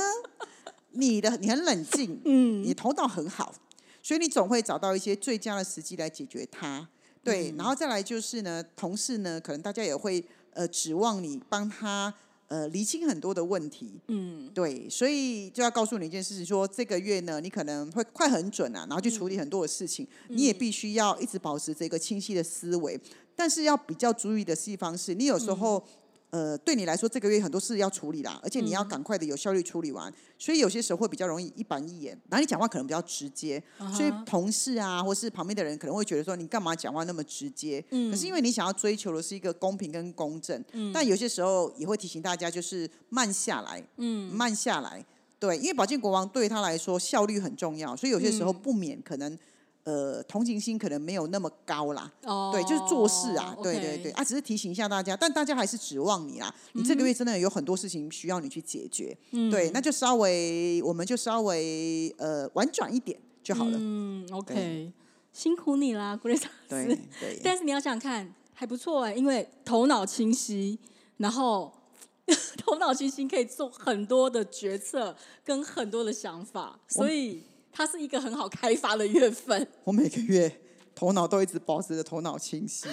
Speaker 1: 你的你很冷静，
Speaker 2: 嗯
Speaker 1: 你头脑很好，所以你总会找到一些最佳的时机来解决它。对，
Speaker 2: 嗯
Speaker 1: 然后再来就是呢，同事呢，可能大家也会呃指望你帮他呃厘清很多的问题。
Speaker 2: 嗯，
Speaker 1: 对，所以就要告诉你一件事情说，这个月呢，你可能会快很准啊，然后去
Speaker 2: 嗯
Speaker 1: 处理很多的事情，你也必须要一直保持这个清晰的思维。但是要比较注意的地方是，你有时候、呃，对你来说这个月很多事要处理啦，而且你要赶快的有效率处理完，所以有些时候会比较容易一板一眼，然后你讲话可能比较直接，所以同事啊或是旁边的人可能会觉得说你干嘛讲话那么直接？可是因为你想要追求的是一个公平跟公正，
Speaker 2: 嗯
Speaker 1: 但有些时候也会提醒大家就是慢下来，嗯，慢下来。对，因为保健国王对他来说效率很重要，所以有些时候不免可能，呃，同情心可能没有那么高啦。
Speaker 2: 哦，
Speaker 1: 对，就是做事啊，对对
Speaker 2: OK
Speaker 1: 对，，啊，只是提醒一下大家，但大家还是指望你啦。
Speaker 2: 嗯
Speaker 1: 你这个月真的有很多事情需要你去解决，对，那就稍微，我们就稍微呃婉转一点就好了。
Speaker 2: 嗯，OK，辛苦你啦，Grace 老师
Speaker 1: 对。对，
Speaker 2: 但是你要想想看，还不错哎、因为头脑清晰，然后 头脑清晰可以做很多的决策跟很多的想法，所以它是一个很好开发的月份。
Speaker 1: 我每个月头脑都一直保持着头脑清 晰，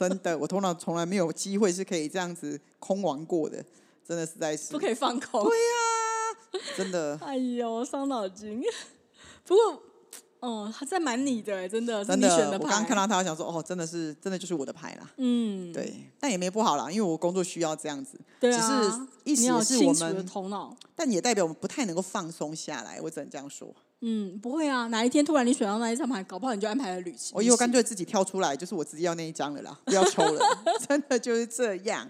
Speaker 1: 真的，我头脑从来没有机会是可以这样子空玩过的，真的实在是
Speaker 2: 不可以放空。
Speaker 1: 啊真的。
Speaker 2: 哎呦，伤脑筋。不过，哦，他在瞒你的、欸，真的是
Speaker 1: 真
Speaker 2: 你选
Speaker 1: 我
Speaker 2: 牌。
Speaker 1: 刚刚看到他，我想说，哦，真的是，真的就是我的牌啦。
Speaker 2: 嗯，
Speaker 1: 对，但也没不好啦，因为我工作需要这样子。
Speaker 2: 对
Speaker 1: 只
Speaker 2: 啊
Speaker 1: 是，意思
Speaker 2: 你要有
Speaker 1: 是我
Speaker 2: 清楚的
Speaker 1: 们
Speaker 2: 头脑。
Speaker 1: 但也代表我们不太能够放松下来，我只能这样说。
Speaker 2: 嗯，不会啊，哪一天突然你选到那一张牌，搞不好你就安排了旅行。
Speaker 1: 哦我以后干脆自己跳出来，就是我自己要那一张了啦，不要抽了， 真的就是这样。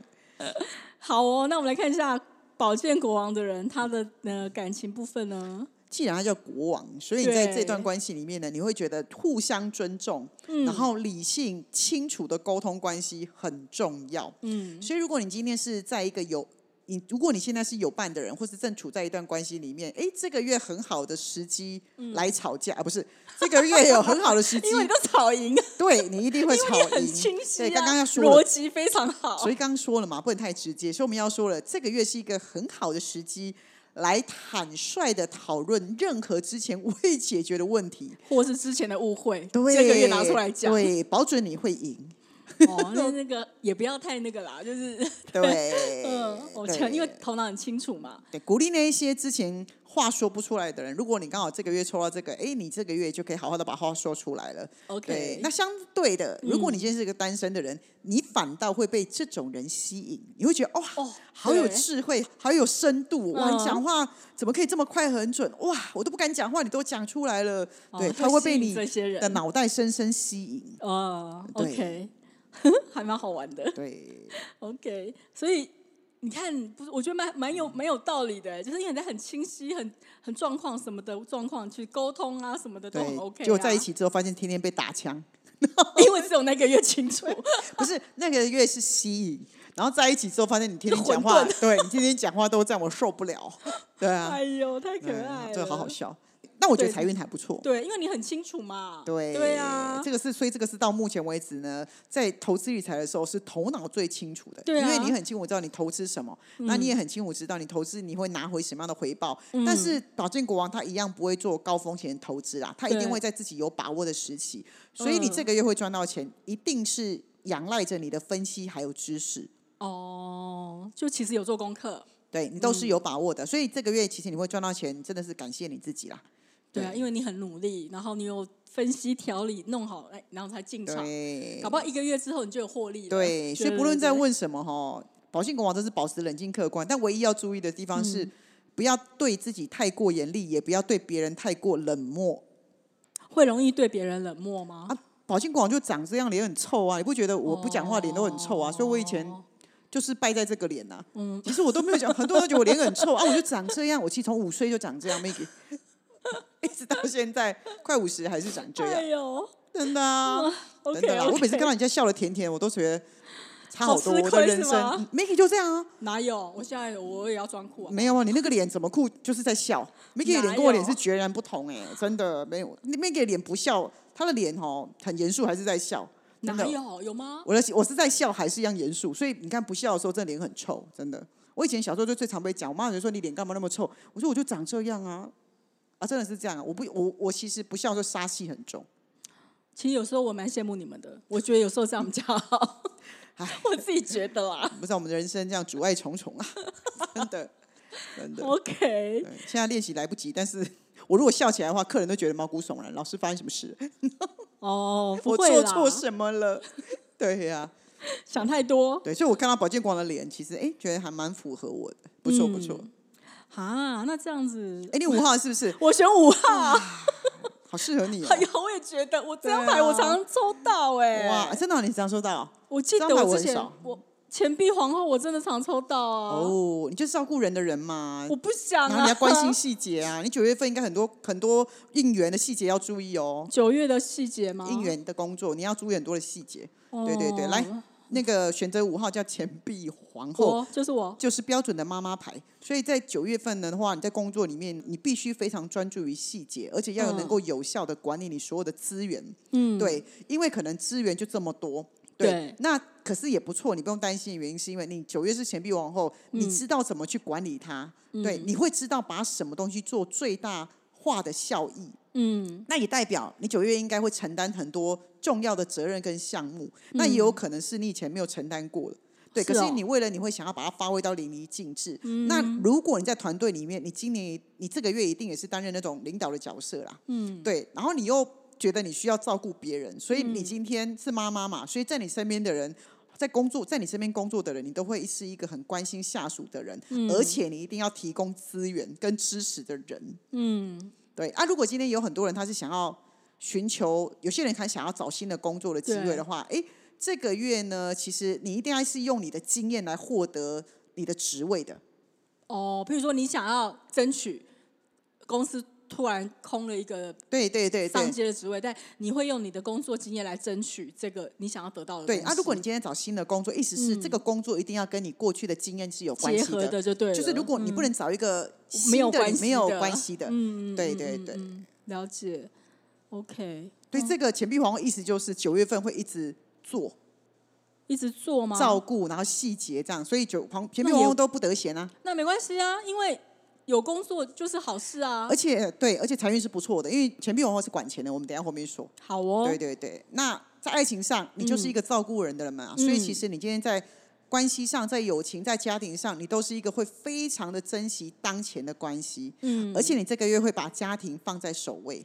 Speaker 2: 好哦，那我们来看一下宝剑国王的人，他的呃感情部分呢？
Speaker 1: 既然他叫国王，所以你在
Speaker 2: 对嗯
Speaker 1: 这段关系里面呢，你会觉得互相尊重，然后理性清楚的沟通关系很重要。
Speaker 2: 嗯
Speaker 1: 所以如果你今天是在一个有你如果你现在是有伴的人，或是正处在一段关系里面，诶，这个月很好的时机来吵架、啊，不是这个月有很好的时机，
Speaker 2: 嗯 因为你都吵赢，
Speaker 1: 对你一定会
Speaker 2: 因
Speaker 1: 吵
Speaker 2: 为你很
Speaker 1: 赢。
Speaker 2: 清晰、啊，
Speaker 1: 对，刚刚要说了
Speaker 2: 逻辑非常好，
Speaker 1: 所以刚刚说了嘛，不能太直接，所以我们要说了，这个月是一个很好的时机，来坦率的讨论任何之前未解决的问题。
Speaker 2: 或是之前的误会，
Speaker 1: 对，
Speaker 2: 这个月拿出来讲，
Speaker 1: 对，保准你会赢。
Speaker 2: 哦，那那个也不要太那个啦，就是
Speaker 1: 对，
Speaker 2: 嗯，我
Speaker 1: 对
Speaker 2: 承认因为头脑很清楚嘛，
Speaker 1: 对鼓励那一些之前话说不出来的人，如果你刚好这个月抽到这个，哎，你这个月就可以好好的把话说出来了。对
Speaker 2: OK，，
Speaker 1: 那相对的，
Speaker 2: 嗯
Speaker 1: 如果你今天是一个单身的人，你反倒会被这种人吸引，你会觉得哇、
Speaker 2: 哦
Speaker 1: 好有
Speaker 2: 对
Speaker 1: 智慧，好有深度，哇，你
Speaker 2: 嗯
Speaker 1: 讲话怎么可以这么快很准？哇，我都不敢讲话，你都讲出来了，
Speaker 2: 哦
Speaker 1: 对，
Speaker 2: 就
Speaker 1: 他会被
Speaker 2: 吸引
Speaker 1: 你
Speaker 2: 这些人
Speaker 1: 的脑袋深深吸引。
Speaker 2: 哦
Speaker 1: 对
Speaker 2: ，OK，还 蛮好玩的
Speaker 1: 对，
Speaker 2: ，OK，所以。你看，不是，我觉得蛮蛮有蛮有道理的，欸就是因为你在很清晰、很很状况什么的状况去沟通啊，什么的都很
Speaker 1: 对
Speaker 2: OK、啊。
Speaker 1: 结果在一，起之后，发现天天被打枪，
Speaker 2: 因为只有那个月清楚，
Speaker 1: 不是那个月是吸引，然后在一起之后，发现你天
Speaker 2: 就
Speaker 1: 天讲
Speaker 2: 混
Speaker 1: 话，
Speaker 2: 沌
Speaker 1: 对你天天讲话都这样，我受不了。对啊
Speaker 2: 哎，呦，太可
Speaker 1: 对
Speaker 2: 爱了，
Speaker 1: 这好好笑。但我觉得
Speaker 2: 对
Speaker 1: 财运还不错。
Speaker 2: 对，因为你很清楚嘛。
Speaker 1: 对
Speaker 2: 对啊
Speaker 1: 这，个是所以这个是到目前为止呢，在投资理财的时候是头脑最清楚的，
Speaker 2: 对啊嗯
Speaker 1: 因为你很清楚知道你投资什么，那你也很清楚知道你投资你会拿回什么样的回报。但是保证国王他一样不会做高风险投资啦，他一定
Speaker 2: 对
Speaker 1: 会在自己有把握的时期，所以你
Speaker 2: 嗯
Speaker 1: 这个月会赚到钱，一定是仰赖着你的分析还有知识。
Speaker 2: 哦，就其实有做功课，
Speaker 1: 对你都
Speaker 2: 嗯
Speaker 1: 是有把握的，所以这个月其实你会赚到钱，真的是感谢你自己啦。
Speaker 2: 对啊，因为你很努力，然后你有分析条理弄好，哎，然后才进场，
Speaker 1: 对，
Speaker 2: 搞不好一个月之后你就有获利了。
Speaker 1: 对，所以不论在
Speaker 2: 对，
Speaker 1: 问什么哈，保信国王都是保持冷静客观，但唯一要注意的地方是，
Speaker 2: 嗯
Speaker 1: 不要对自己太过严厉，也不要对别人太过冷漠。
Speaker 2: 对会容易对别人冷漠吗？
Speaker 1: 啊保信国王就长这样，脸很臭啊！你不觉得我不讲话脸都很臭啊？所以我以前
Speaker 2: 哦
Speaker 1: 就是败在这个脸呐、
Speaker 2: 嗯，
Speaker 1: 其实我都没有讲，很多人都觉得我脸很臭啊，我就长这样。我其实从五岁就长这样，Maggie，一直到现在快五十还是长这
Speaker 2: 哎
Speaker 1: 样，
Speaker 2: 呦
Speaker 1: 真的啊。
Speaker 2: ，OK，
Speaker 1: 真的啦，我每次看到
Speaker 2: OK
Speaker 1: 人家笑的甜甜，我都觉得差
Speaker 2: 好
Speaker 1: 好多。
Speaker 2: 吃
Speaker 1: 我
Speaker 2: 亏
Speaker 1: 的人
Speaker 2: 是吗
Speaker 1: 生，Mickey 就这样啊，
Speaker 2: 哪有？我现在我也要装酷啊。
Speaker 1: 没有啊，你那个脸怎么酷，就是在笑。Mickey 的
Speaker 2: 哪
Speaker 1: 脸跟我脸
Speaker 2: 有
Speaker 1: 是截然不同哎、真的没有。Mickey 的脸不笑，他的脸哦很严肃，还是在笑。真
Speaker 2: 哪
Speaker 1: 的，
Speaker 2: 有有吗？
Speaker 1: 我的我是在笑，还是一样严肃。所以你看，不笑的时候，这脸很臭，真的。我以前小时候就最常被讲，我妈就说你脸干嘛那么臭？我说我就长这样啊，啊，真的是这样、啊。我不，我我其实不笑的时候杀气很重。
Speaker 2: 其实有时候我蛮羡慕你们的，我觉得有时候这样比较好， 我自己觉得啊啦。
Speaker 1: 不知道我们的人生这样阻碍重重啊， 真的，真的。
Speaker 2: OK，
Speaker 1: 对现在练习来不及，但是我如果笑起来的话，客人都觉得毛骨悚然，老师发生什么事？
Speaker 2: 哦，不
Speaker 1: 我
Speaker 2: 会
Speaker 1: 做
Speaker 2: 啦，
Speaker 1: 错什么了？对呀、
Speaker 2: 想太多
Speaker 1: 对，所以我看到保健广的脸，其实哎，觉得还蛮符合我的，不错不
Speaker 2: 嗯
Speaker 1: 错。
Speaker 2: 啊。那这样子，
Speaker 1: 哎、你五号是不是？
Speaker 2: 我选五号，
Speaker 1: 好适合你、哦
Speaker 2: 哎。呀，我也觉得我这张
Speaker 1: 对啊
Speaker 2: 牌我常常抽到哎、
Speaker 1: 哇，真的哦、你常收到
Speaker 2: 我记得
Speaker 1: 这张牌我
Speaker 2: 我
Speaker 1: 很
Speaker 2: 之前
Speaker 1: 少
Speaker 2: 我钱币皇后我真的常抽到啊，
Speaker 1: 哦，你就是照顾人的人嘛
Speaker 2: 我。不想
Speaker 1: 然后
Speaker 2: 啊，
Speaker 1: 你要关心细节啊！你九月份应该很多很多应援的细节要注意哦，
Speaker 2: 九月的细节吗？
Speaker 1: 应援的工作你要注意很多的细节。
Speaker 2: 啊哦，
Speaker 1: 对对对，来那个选择五号叫钱币皇后，
Speaker 2: 我就是我，
Speaker 1: 就是标准的妈妈牌。所以在九月份的话，你在工作里面，你必须非常专注于细节，而且要有
Speaker 2: 嗯
Speaker 1: 能够有效的管理你所有的资源。
Speaker 2: 嗯，
Speaker 1: 对，因为可能资源就这么多。
Speaker 2: 对
Speaker 1: 那可是也不错，你不用担心的原因是因为你九月是钱币王后，
Speaker 2: 嗯
Speaker 1: 你知道怎么去管理它，对，你会知道把什么东西做最大化的效益。
Speaker 2: 嗯，
Speaker 1: 那也代表你九月应该会承担很多重要的责任跟项目，那也有可能是你以前没有承担过的。对，
Speaker 2: 嗯是
Speaker 1: 可
Speaker 2: 哦嗯
Speaker 1: 是你为了你会想要把它发挥到淋漓尽致。那如果你在团队里面，你今年你这个月一定也是担任那种领导的角色啦。嗯，对，然后你又觉得你需要照顾别人，所以
Speaker 2: 嗯
Speaker 1: 你今天是妈妈嘛，所以在你身边的人。在工作，在你身边工作的人，你都会是一个很关心下属的人，
Speaker 2: 嗯
Speaker 1: 而且你一定要提供资源跟支持的人。
Speaker 2: 嗯，
Speaker 1: 对啊，如果今天有很多人他是想要寻求，有些人还想要找新的工作的机会
Speaker 2: 对
Speaker 1: 的话，诶，这个月呢，其实你一定要是用你的经验来获得你的职位的。
Speaker 2: 哦，譬如说你想要争取公司突然空了一个
Speaker 1: 对对对
Speaker 2: 上
Speaker 1: 对
Speaker 2: 街的职位，但你会用你的工作经验来争取这个你想要得到的
Speaker 1: 对
Speaker 2: 东
Speaker 1: 啊！
Speaker 2: 西
Speaker 1: 如果你今天找新的工作，意思是这个工作一定要跟你过去的经验是有关
Speaker 2: 嗯结
Speaker 1: 系
Speaker 2: 合
Speaker 1: 的，
Speaker 2: 的就对了，嗯
Speaker 1: 就是如果你不能找一个新
Speaker 2: 没有
Speaker 1: 的
Speaker 2: 关系
Speaker 1: 没有
Speaker 2: 的
Speaker 1: 关系的，
Speaker 2: 嗯，嗯
Speaker 1: 对
Speaker 2: 嗯
Speaker 1: 对
Speaker 2: 嗯
Speaker 1: 对
Speaker 2: 嗯了解，OK，
Speaker 1: 对这个钱币皇后意思就是九月份会一直做
Speaker 2: 一直做吗？
Speaker 1: 照顾，然后细节这样，所以九皇钱币
Speaker 2: 啊那
Speaker 1: 皇
Speaker 2: 也
Speaker 1: 后都不得闲啊。
Speaker 2: 那没关系啊，因为有工作就是好事啊
Speaker 1: 而。且对，而且财运是不错的，因为钱币皇后是管钱的，我们等一下后面说。
Speaker 2: 好哦
Speaker 1: 对，对对，那在爱情上，你就是一个照顾人的人嘛，
Speaker 2: 嗯
Speaker 1: 所以其实你今天在关系上、在友情、在家庭上，你都是一个会非常的珍惜当前的关系，
Speaker 2: 嗯，
Speaker 1: 而且你这个月会把家庭放在首位，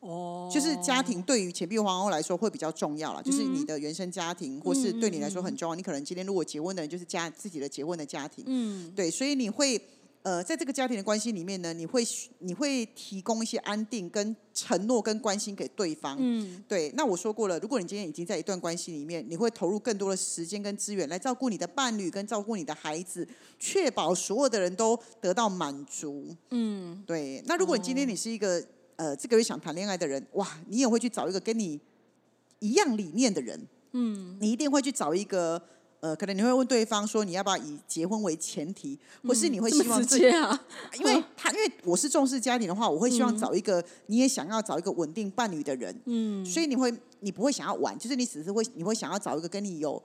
Speaker 2: 哦，嗯
Speaker 1: 就是家庭对于钱币皇后来说会比较重要啦，就是你的原生家庭，或是
Speaker 2: 嗯嗯
Speaker 1: 对你来说很重要。你可能今天如果结婚的人，就是家自己的结婚的家庭，
Speaker 2: 嗯，
Speaker 1: 对，所以你会呃，在这个家庭的关系里面呢，你会你会提供一些安定、跟承诺、跟关心给对方。
Speaker 2: 嗯
Speaker 1: 对，那我说过了，如果你今天已经在一段关系里面，你会投入更多的时间跟资源来照顾你的伴侣，跟照顾你的孩子，确保所有的人都得到满足。
Speaker 2: 嗯，
Speaker 1: 对，那如果你今天
Speaker 2: 哦
Speaker 1: 你是一个、呃这个月想谈恋爱的人，哇，你也会去找一个跟你一样理念的人，嗯，你一定会去找一个呃，可能你会问对方说你要不要以结婚为前提，或是你会
Speaker 2: 这
Speaker 1: 希
Speaker 2: 么
Speaker 1: 望
Speaker 2: 直
Speaker 1: 自
Speaker 2: 接啊？
Speaker 1: 因为他因为我是重视家庭的话，我会希望找一个、你也想要找一个稳定伴侣的人，
Speaker 2: 嗯，
Speaker 1: 所以你会你不会想要玩，就是你只是会你会想要找一个跟你有。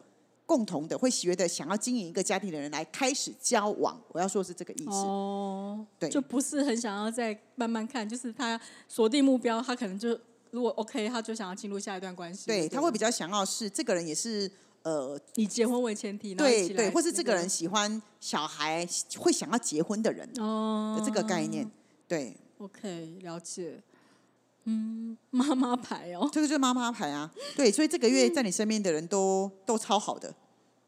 Speaker 1: 共同的会觉得想要经营一个家庭的人来开始交往，我要说是这个意思。
Speaker 2: 哦，
Speaker 1: 对
Speaker 2: 就不是很想要再慢慢看，就是他锁定目标，他可能就如果 OK，他就想要进入下一段关系了。
Speaker 1: 对，他
Speaker 2: 吧
Speaker 1: 会比较想要是这个人也是呃
Speaker 2: 以结婚为前提，然后一
Speaker 1: 对
Speaker 2: 起来
Speaker 1: 对，或是
Speaker 2: 那
Speaker 1: 这个人喜欢小孩，会想要结婚的人
Speaker 2: 哦
Speaker 1: 的这个概念。对，
Speaker 2: OK，了解。嗯，妈妈牌哦，
Speaker 1: 这个就是妈妈牌啊。对，所以这个月在你身边的人都都超好的，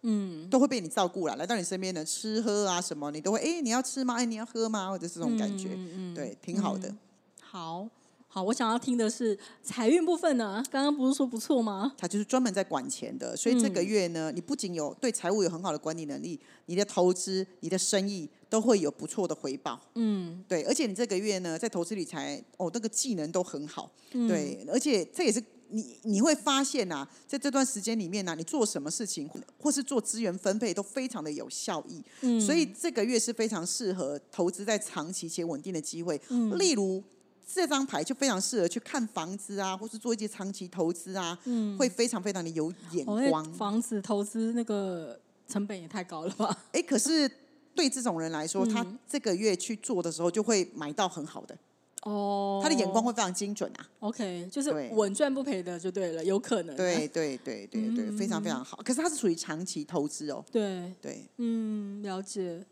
Speaker 2: 嗯，
Speaker 1: 都会被你照顾了。来到你身边的吃喝啊什么，你都会哎，你要吃吗？哎，你要喝吗？或者是这种感觉，
Speaker 2: 嗯嗯嗯
Speaker 1: 对，挺好的。
Speaker 2: 好好，我想要听的是财运部分呢、刚刚不是说不错吗？
Speaker 1: 他就是专门在管钱的，所以这个
Speaker 2: 嗯
Speaker 1: 月呢，你不仅有对财务有很好的管理能力，你的投资、你的生意都会有不错的回报。
Speaker 2: 嗯，
Speaker 1: 对，而且你这个月呢，在投资理财哦，那个技能都很好，
Speaker 2: 嗯
Speaker 1: 对，而且这也是你你会发现啊，在这段时间里面呢、你做什么事情或是做资源分配都非常的有效益，
Speaker 2: 嗯
Speaker 1: 所以这个月是非常适合投资在长期且稳定的机会，
Speaker 2: 嗯
Speaker 1: 例如。这张牌就非常适合去看房子啊，或是做一些长期投资啊，会非常非常的有眼
Speaker 2: 嗯哦，那
Speaker 1: 光。
Speaker 2: 房子投资那个成本也太高了吧？
Speaker 1: 哎，可是对这种人来说，他
Speaker 2: 嗯
Speaker 1: 这个月去做的时候，就会买到很好的，
Speaker 2: 哦，
Speaker 1: 他的眼光会非常精准啊。
Speaker 2: OK，就是
Speaker 1: 对
Speaker 2: 稳赚不赔的就对嗯了，有可能啊
Speaker 1: 对对对对对，非常非常好。可是它是属于长期投资哦，
Speaker 2: 对，
Speaker 1: 对，
Speaker 2: 嗯，了解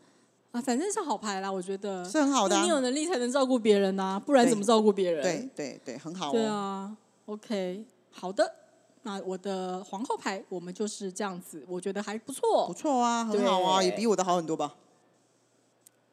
Speaker 2: 啊，反正是好牌啦，我觉得
Speaker 1: 是很好的、
Speaker 2: 嗯因为你有
Speaker 1: 啊。
Speaker 2: 能力才能照顾别人呐、不然
Speaker 1: 对
Speaker 2: 怎么照顾别人？
Speaker 1: 对对对，很好
Speaker 2: 对
Speaker 1: 哦。
Speaker 2: 啊，OK，好的。那我的皇后牌，我们就是这样子，我觉得还不错，
Speaker 1: 不错啊，很好啊，
Speaker 2: 对
Speaker 1: 也比我的好很多吧。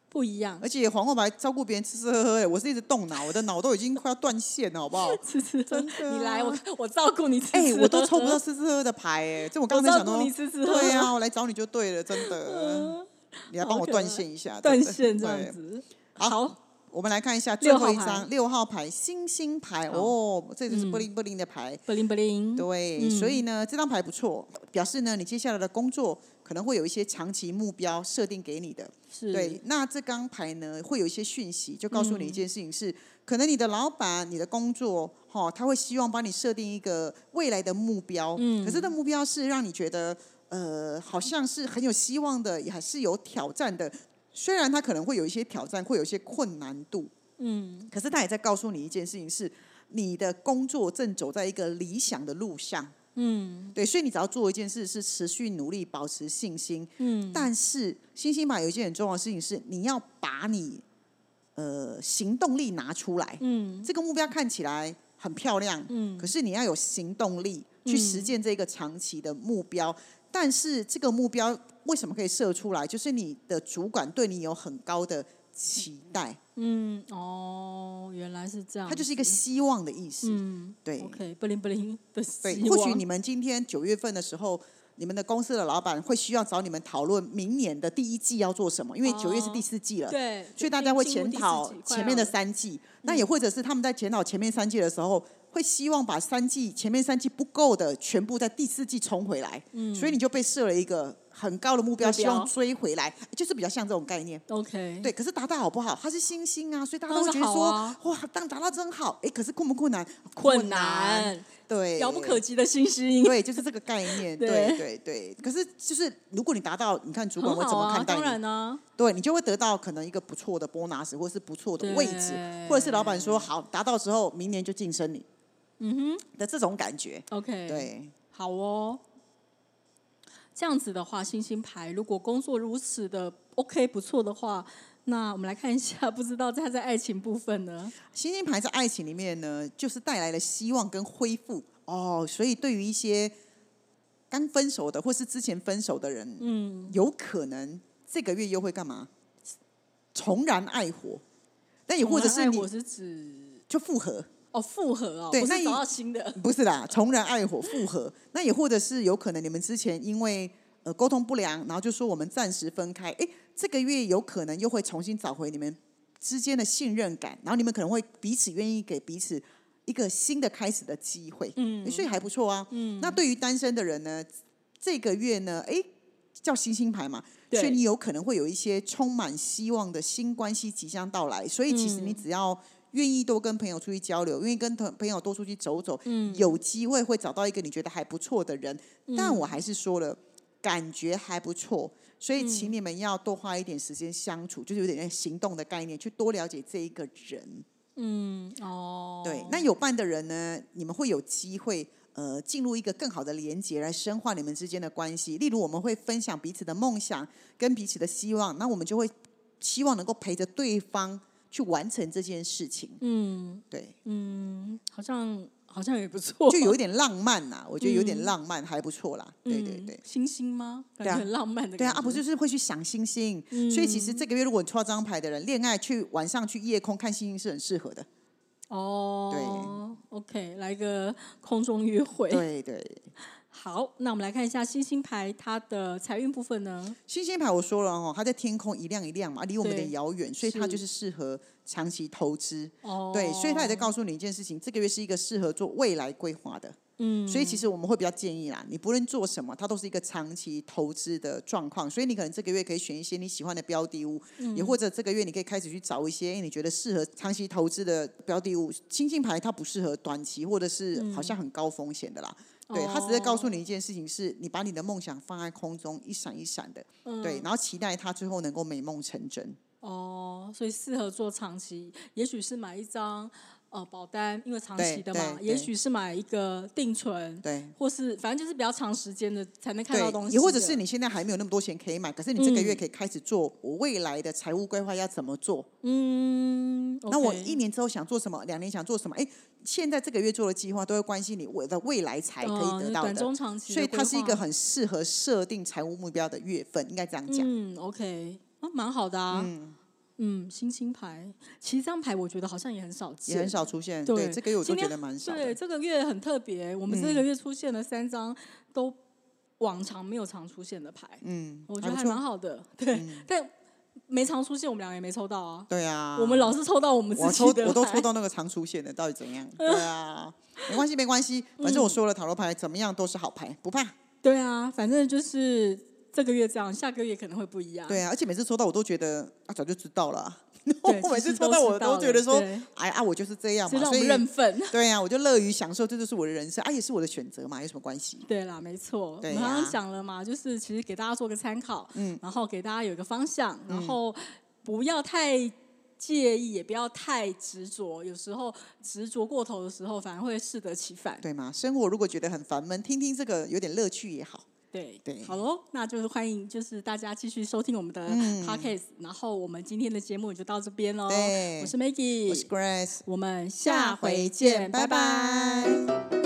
Speaker 2: 不一样
Speaker 1: 而。且皇后牌照顾别人吃吃喝喝的，我是一直动脑，我的脑都已经快要断线了，好不 好？
Speaker 2: 吃吃喝，
Speaker 1: 真的啊
Speaker 2: 你来我我照顾你吃吃
Speaker 1: 哎、
Speaker 2: 喝
Speaker 1: 我都抽不
Speaker 2: 喝
Speaker 1: 到吃吃喝喝的牌、哎，这我刚
Speaker 2: 我
Speaker 1: 才
Speaker 2: 照
Speaker 1: 想
Speaker 2: 顾
Speaker 1: 说
Speaker 2: 你，吃吃喝喝，嗯
Speaker 1: 对啊，我来找你就对了，真的。你来帮
Speaker 2: 好
Speaker 1: 我
Speaker 2: 可
Speaker 1: 断
Speaker 2: 爱
Speaker 1: 线一下，
Speaker 2: 断
Speaker 1: 真的
Speaker 2: 线这样。
Speaker 1: 对
Speaker 2: 子。
Speaker 1: 好
Speaker 2: 好，
Speaker 1: 我们来看一下最
Speaker 2: 六
Speaker 1: 后
Speaker 2: 号
Speaker 1: 一
Speaker 2: 牌嗯
Speaker 1: 张六号牌星星牌哦，这就是布灵布灵的牌。
Speaker 2: 不灵不灵，
Speaker 1: 对，
Speaker 2: 嗯
Speaker 1: 所以呢，这张牌不错，表示呢，你接下来的工作可能会有一些长期目标设定给你的。
Speaker 2: 是，嗯
Speaker 1: 对，那这张牌呢，会有一些讯息，就告诉你一件事情是，可能你的老板、你的工作，哈、他会希望帮你设定一个未来的目标。嗯，可是这目标是让你觉得，呃，好像是很有希望的，也还是有挑战的。虽然它可能会有一些挑战，会有一些困难度，
Speaker 2: 嗯
Speaker 1: 可是他也在告诉你一件事情是，你的工作正走在一个理想的路上。
Speaker 2: 嗯
Speaker 1: 对，所以你只要做一件事，是持续努力，保持信心。
Speaker 2: 嗯，
Speaker 1: 但是星星牌有一件很重要的事情是，你要把你呃行动力拿出来。
Speaker 2: 嗯
Speaker 1: 这个目标看起来很漂亮，
Speaker 2: 嗯
Speaker 1: 可是你要有行动力去实践这个长期的目标。但是这个目标为什么可以设出来？就是你的主管对你有很高的期待，
Speaker 2: 嗯，哦，原来是这样子，
Speaker 1: 它就是一个希望的意思。
Speaker 2: 嗯
Speaker 1: 对
Speaker 2: ，OK，不灵不灵的希
Speaker 1: 对
Speaker 2: 望，，
Speaker 1: 或许你们今天九月份的时候，你们的公司的老板会需要找你们讨论明年的第一季要做什么，因为九
Speaker 2: 哦
Speaker 1: 月是第四季了。
Speaker 2: 对，
Speaker 1: 所以大家会
Speaker 2: 进入
Speaker 1: 检
Speaker 2: 第四
Speaker 1: 讨
Speaker 2: 季快
Speaker 1: 前面
Speaker 2: 要嗯
Speaker 1: 的
Speaker 2: 了
Speaker 1: 三季，那也或者是他们在检讨前面三季的时候，会希望把三季前面三季不够的全部在第四季冲回来，所以你就被设了一个很高的目标，
Speaker 2: 嗯目标
Speaker 1: 希望追回来，就是比较像这种概念。
Speaker 2: OK，
Speaker 1: 对，可是达到好不好？它是星星啊，所以大家
Speaker 2: 当
Speaker 1: 会
Speaker 2: 然
Speaker 1: 觉得
Speaker 2: 好
Speaker 1: 说，
Speaker 2: 啊
Speaker 1: 哇，当达到真好。哎，可是困不困难？
Speaker 2: 困
Speaker 1: 难，
Speaker 2: 难，
Speaker 1: 对，
Speaker 2: 遥不可及的信息。
Speaker 1: 对，就是这个概念。对
Speaker 2: 对
Speaker 1: 对对，可是就是如果你达到，你看主管
Speaker 2: 很
Speaker 1: 会怎
Speaker 2: 好
Speaker 1: 么
Speaker 2: 啊，
Speaker 1: 看待
Speaker 2: 当
Speaker 1: 你？
Speaker 2: 然啊，
Speaker 1: 对你就会得到可能一个不错的 bonus 或是不错的位置，
Speaker 2: 对
Speaker 1: 或者是老板说好达到之后明年就晋升你
Speaker 2: 嗯哼
Speaker 1: 的这种感觉。
Speaker 2: ，OK，，
Speaker 1: 对，
Speaker 2: 好哦。这样子的话，星星牌如果工作如此的 OK 不错的话，那我们来看一下， 不知道他在爱情部分呢？
Speaker 1: 星星牌在爱情里面呢，就是带来了希望跟恢复哦，所以对于一些刚分手的或是之前分手的人，
Speaker 2: 嗯，
Speaker 1: 有可能这个月又会干嘛？重燃爱火，但也或者是
Speaker 2: 爱
Speaker 1: 你
Speaker 2: 我是指
Speaker 1: 就复合。
Speaker 2: 哦复合哦，
Speaker 1: 对
Speaker 2: 不
Speaker 1: 那
Speaker 2: 是
Speaker 1: 你
Speaker 2: 找到新的，
Speaker 1: 不是啦，重燃爱火复合，那也或者是有可能你们之前因为呃沟通不良，然后就说我们暂时分开，诶，这个月有可能又会重新找回你们之间的信任感，然后你们可能会彼此愿意给彼此一个新的开始的机会，嗯，所以还不错啊，嗯，那对于单身的人呢，这个月呢，诶，叫星星牌嘛，
Speaker 2: 对
Speaker 1: 所以你有可能会有一些充满希望的新关系即将到来，所以其实你只要愿意多跟朋友出去交流，愿意跟朋朋友多出去走走，有机会会找到一个你觉得还不错的人。
Speaker 2: 嗯
Speaker 1: 但我还是说了，感觉还不错，所以请你们要多花一点时间相处，就是有点像行动的概念，去多了解这一个人。
Speaker 2: 嗯哦，
Speaker 1: 对，那有伴的人呢，你们会有机会。呃，进入一个更好的连接，来深化你们之间的关系。例如，我们会分享彼此的梦想跟彼此的希望，那我们就会希望能够陪着对方去完成这件事情。
Speaker 2: 嗯
Speaker 1: 对，
Speaker 2: 嗯，好像好像也不错，
Speaker 1: 就有一点浪漫呐、我觉得有点浪漫，还不错啦。对对
Speaker 2: 嗯
Speaker 1: 对，
Speaker 2: 星星吗？感
Speaker 1: 对啊
Speaker 2: 觉很浪漫的感觉，
Speaker 1: 对啊，啊不就是会去想星星，
Speaker 2: 嗯
Speaker 1: 所以其实这个月如果你抽到张牌的人，恋爱去晚上去夜空看星星是很适合的。
Speaker 2: 哦，对，OK，来个空中约会。
Speaker 1: 对对，
Speaker 2: 好，那我们来看一下星星牌它的财运部分呢？
Speaker 1: 星星牌我说了哦，它在天空一亮一亮嘛，离我们的
Speaker 2: 对
Speaker 1: 遥远，所以它
Speaker 2: 是
Speaker 1: 就是适合长期投资。
Speaker 2: 哦，
Speaker 1: 对，所以他也在告诉你一件事情，这个月是一个适合做未来规划的。
Speaker 2: 嗯，
Speaker 1: 所以其实我们会比较建议啦，你不论做什么，它都是一个长期投资的状况。所以你可能这个月可以选一些你喜欢的标的物，
Speaker 2: 嗯
Speaker 1: 也或者这个月你可以开始去找一些哎你觉得适合长期投资的标的物。星星牌它不适合短期或者是
Speaker 2: 嗯
Speaker 1: 好像很高风险的啦。对，它只是告诉
Speaker 2: 哦
Speaker 1: 你一件事情是，你把你的梦想放在空中，一闪一闪的，
Speaker 2: 嗯
Speaker 1: 对，然后期待它最后能够美梦成真。
Speaker 2: 哦，所以适合做长期，也许是买一张呃保单，因为长
Speaker 1: 对
Speaker 2: 期的
Speaker 1: 对
Speaker 2: 嘛，
Speaker 1: 对
Speaker 2: 也许是买一个定存，
Speaker 1: 对，
Speaker 2: 或是反正就是比较长时间的才能看到东
Speaker 1: 对，
Speaker 2: 西，
Speaker 1: 也或者是。你现在还没有那么多钱可以买，可是你这个月可以开始做我未来的财务规划要怎么做。
Speaker 2: 嗯，
Speaker 1: 那我
Speaker 2: OK
Speaker 1: 一年之后想做什么，两年想做什么？哎，现在这个月做的计划都会关系你我的未来才可以
Speaker 2: 哦
Speaker 1: 得到
Speaker 2: 短
Speaker 1: 的，
Speaker 2: 中长期的
Speaker 1: 所以它是一
Speaker 2: 规
Speaker 1: 个
Speaker 2: 划
Speaker 1: 很适合设定财务目标的月份，应该这样讲。
Speaker 2: 嗯，OK，啊，蛮好的啊。嗯星星牌，其实这张牌我觉得好像也很少见，
Speaker 1: 也很少出现，
Speaker 2: 对
Speaker 1: 对这个月我
Speaker 2: 今
Speaker 1: 都
Speaker 2: 天
Speaker 1: 觉得蛮少
Speaker 2: 对，
Speaker 1: 的。嗯
Speaker 2: 这个月很特别，我们这个月出现了三张都往常没有常出现的牌，
Speaker 1: 嗯，
Speaker 2: 我觉得
Speaker 1: 还
Speaker 2: 还
Speaker 1: 不
Speaker 2: 蛮
Speaker 1: 错。嗯
Speaker 2: 好的。对，但没常出现，我们两个也没抽到啊。
Speaker 1: 对啊，
Speaker 2: 我们老是抽到我们自
Speaker 1: 我抽
Speaker 2: 己的
Speaker 1: 我都
Speaker 2: 牌
Speaker 1: 抽到那个常出现的，到底怎样？对啊，没关系没关系，反
Speaker 2: 嗯
Speaker 1: 正我说了塔罗牌怎么样都是好牌，不怕。
Speaker 2: 对啊，反正就是这个月这样，下个月可能会不一样。
Speaker 1: 对啊，而且每次抽到我都觉得啊，早就知道了啊。
Speaker 2: 对
Speaker 1: 我每
Speaker 2: 其
Speaker 1: 次
Speaker 2: 实
Speaker 1: 抽
Speaker 2: 都
Speaker 1: 到
Speaker 2: 知
Speaker 1: 我
Speaker 2: 道
Speaker 1: 都觉
Speaker 2: 了
Speaker 1: 得说
Speaker 2: 对，
Speaker 1: 哎啊，我就是这样
Speaker 2: 就
Speaker 1: 嘛，
Speaker 2: 让
Speaker 1: 所
Speaker 2: 我们
Speaker 1: 以
Speaker 2: 认份。
Speaker 1: 对啊，我就乐于享受，这就是我的人生啊，也是我的选择嘛，有什么关系？
Speaker 2: 对啦，没错，
Speaker 1: 对
Speaker 2: 我们刚
Speaker 1: 呀嗯
Speaker 2: 刚讲了嘛，就是其实给大家做个参考，然后给大家有一个方向，然后不要太介意，也不要太执着，有时候执着过头的时候，反而会适得其反。
Speaker 1: 对嘛，生活如果觉得很烦闷，听听这个有点乐趣也好。
Speaker 2: 对
Speaker 1: 对
Speaker 2: 好喽，那就是欢迎就是大家继续收听我们的
Speaker 1: 嗯
Speaker 2: podcast，、然后我们今天的节目就到这边喽。
Speaker 1: 对
Speaker 2: 我是 Maggie，
Speaker 1: 我是 Grace，
Speaker 2: 我们
Speaker 1: 下
Speaker 2: 下
Speaker 1: 回
Speaker 2: 回
Speaker 1: 见，
Speaker 2: 见，
Speaker 1: 拜
Speaker 2: 拜
Speaker 1: 拜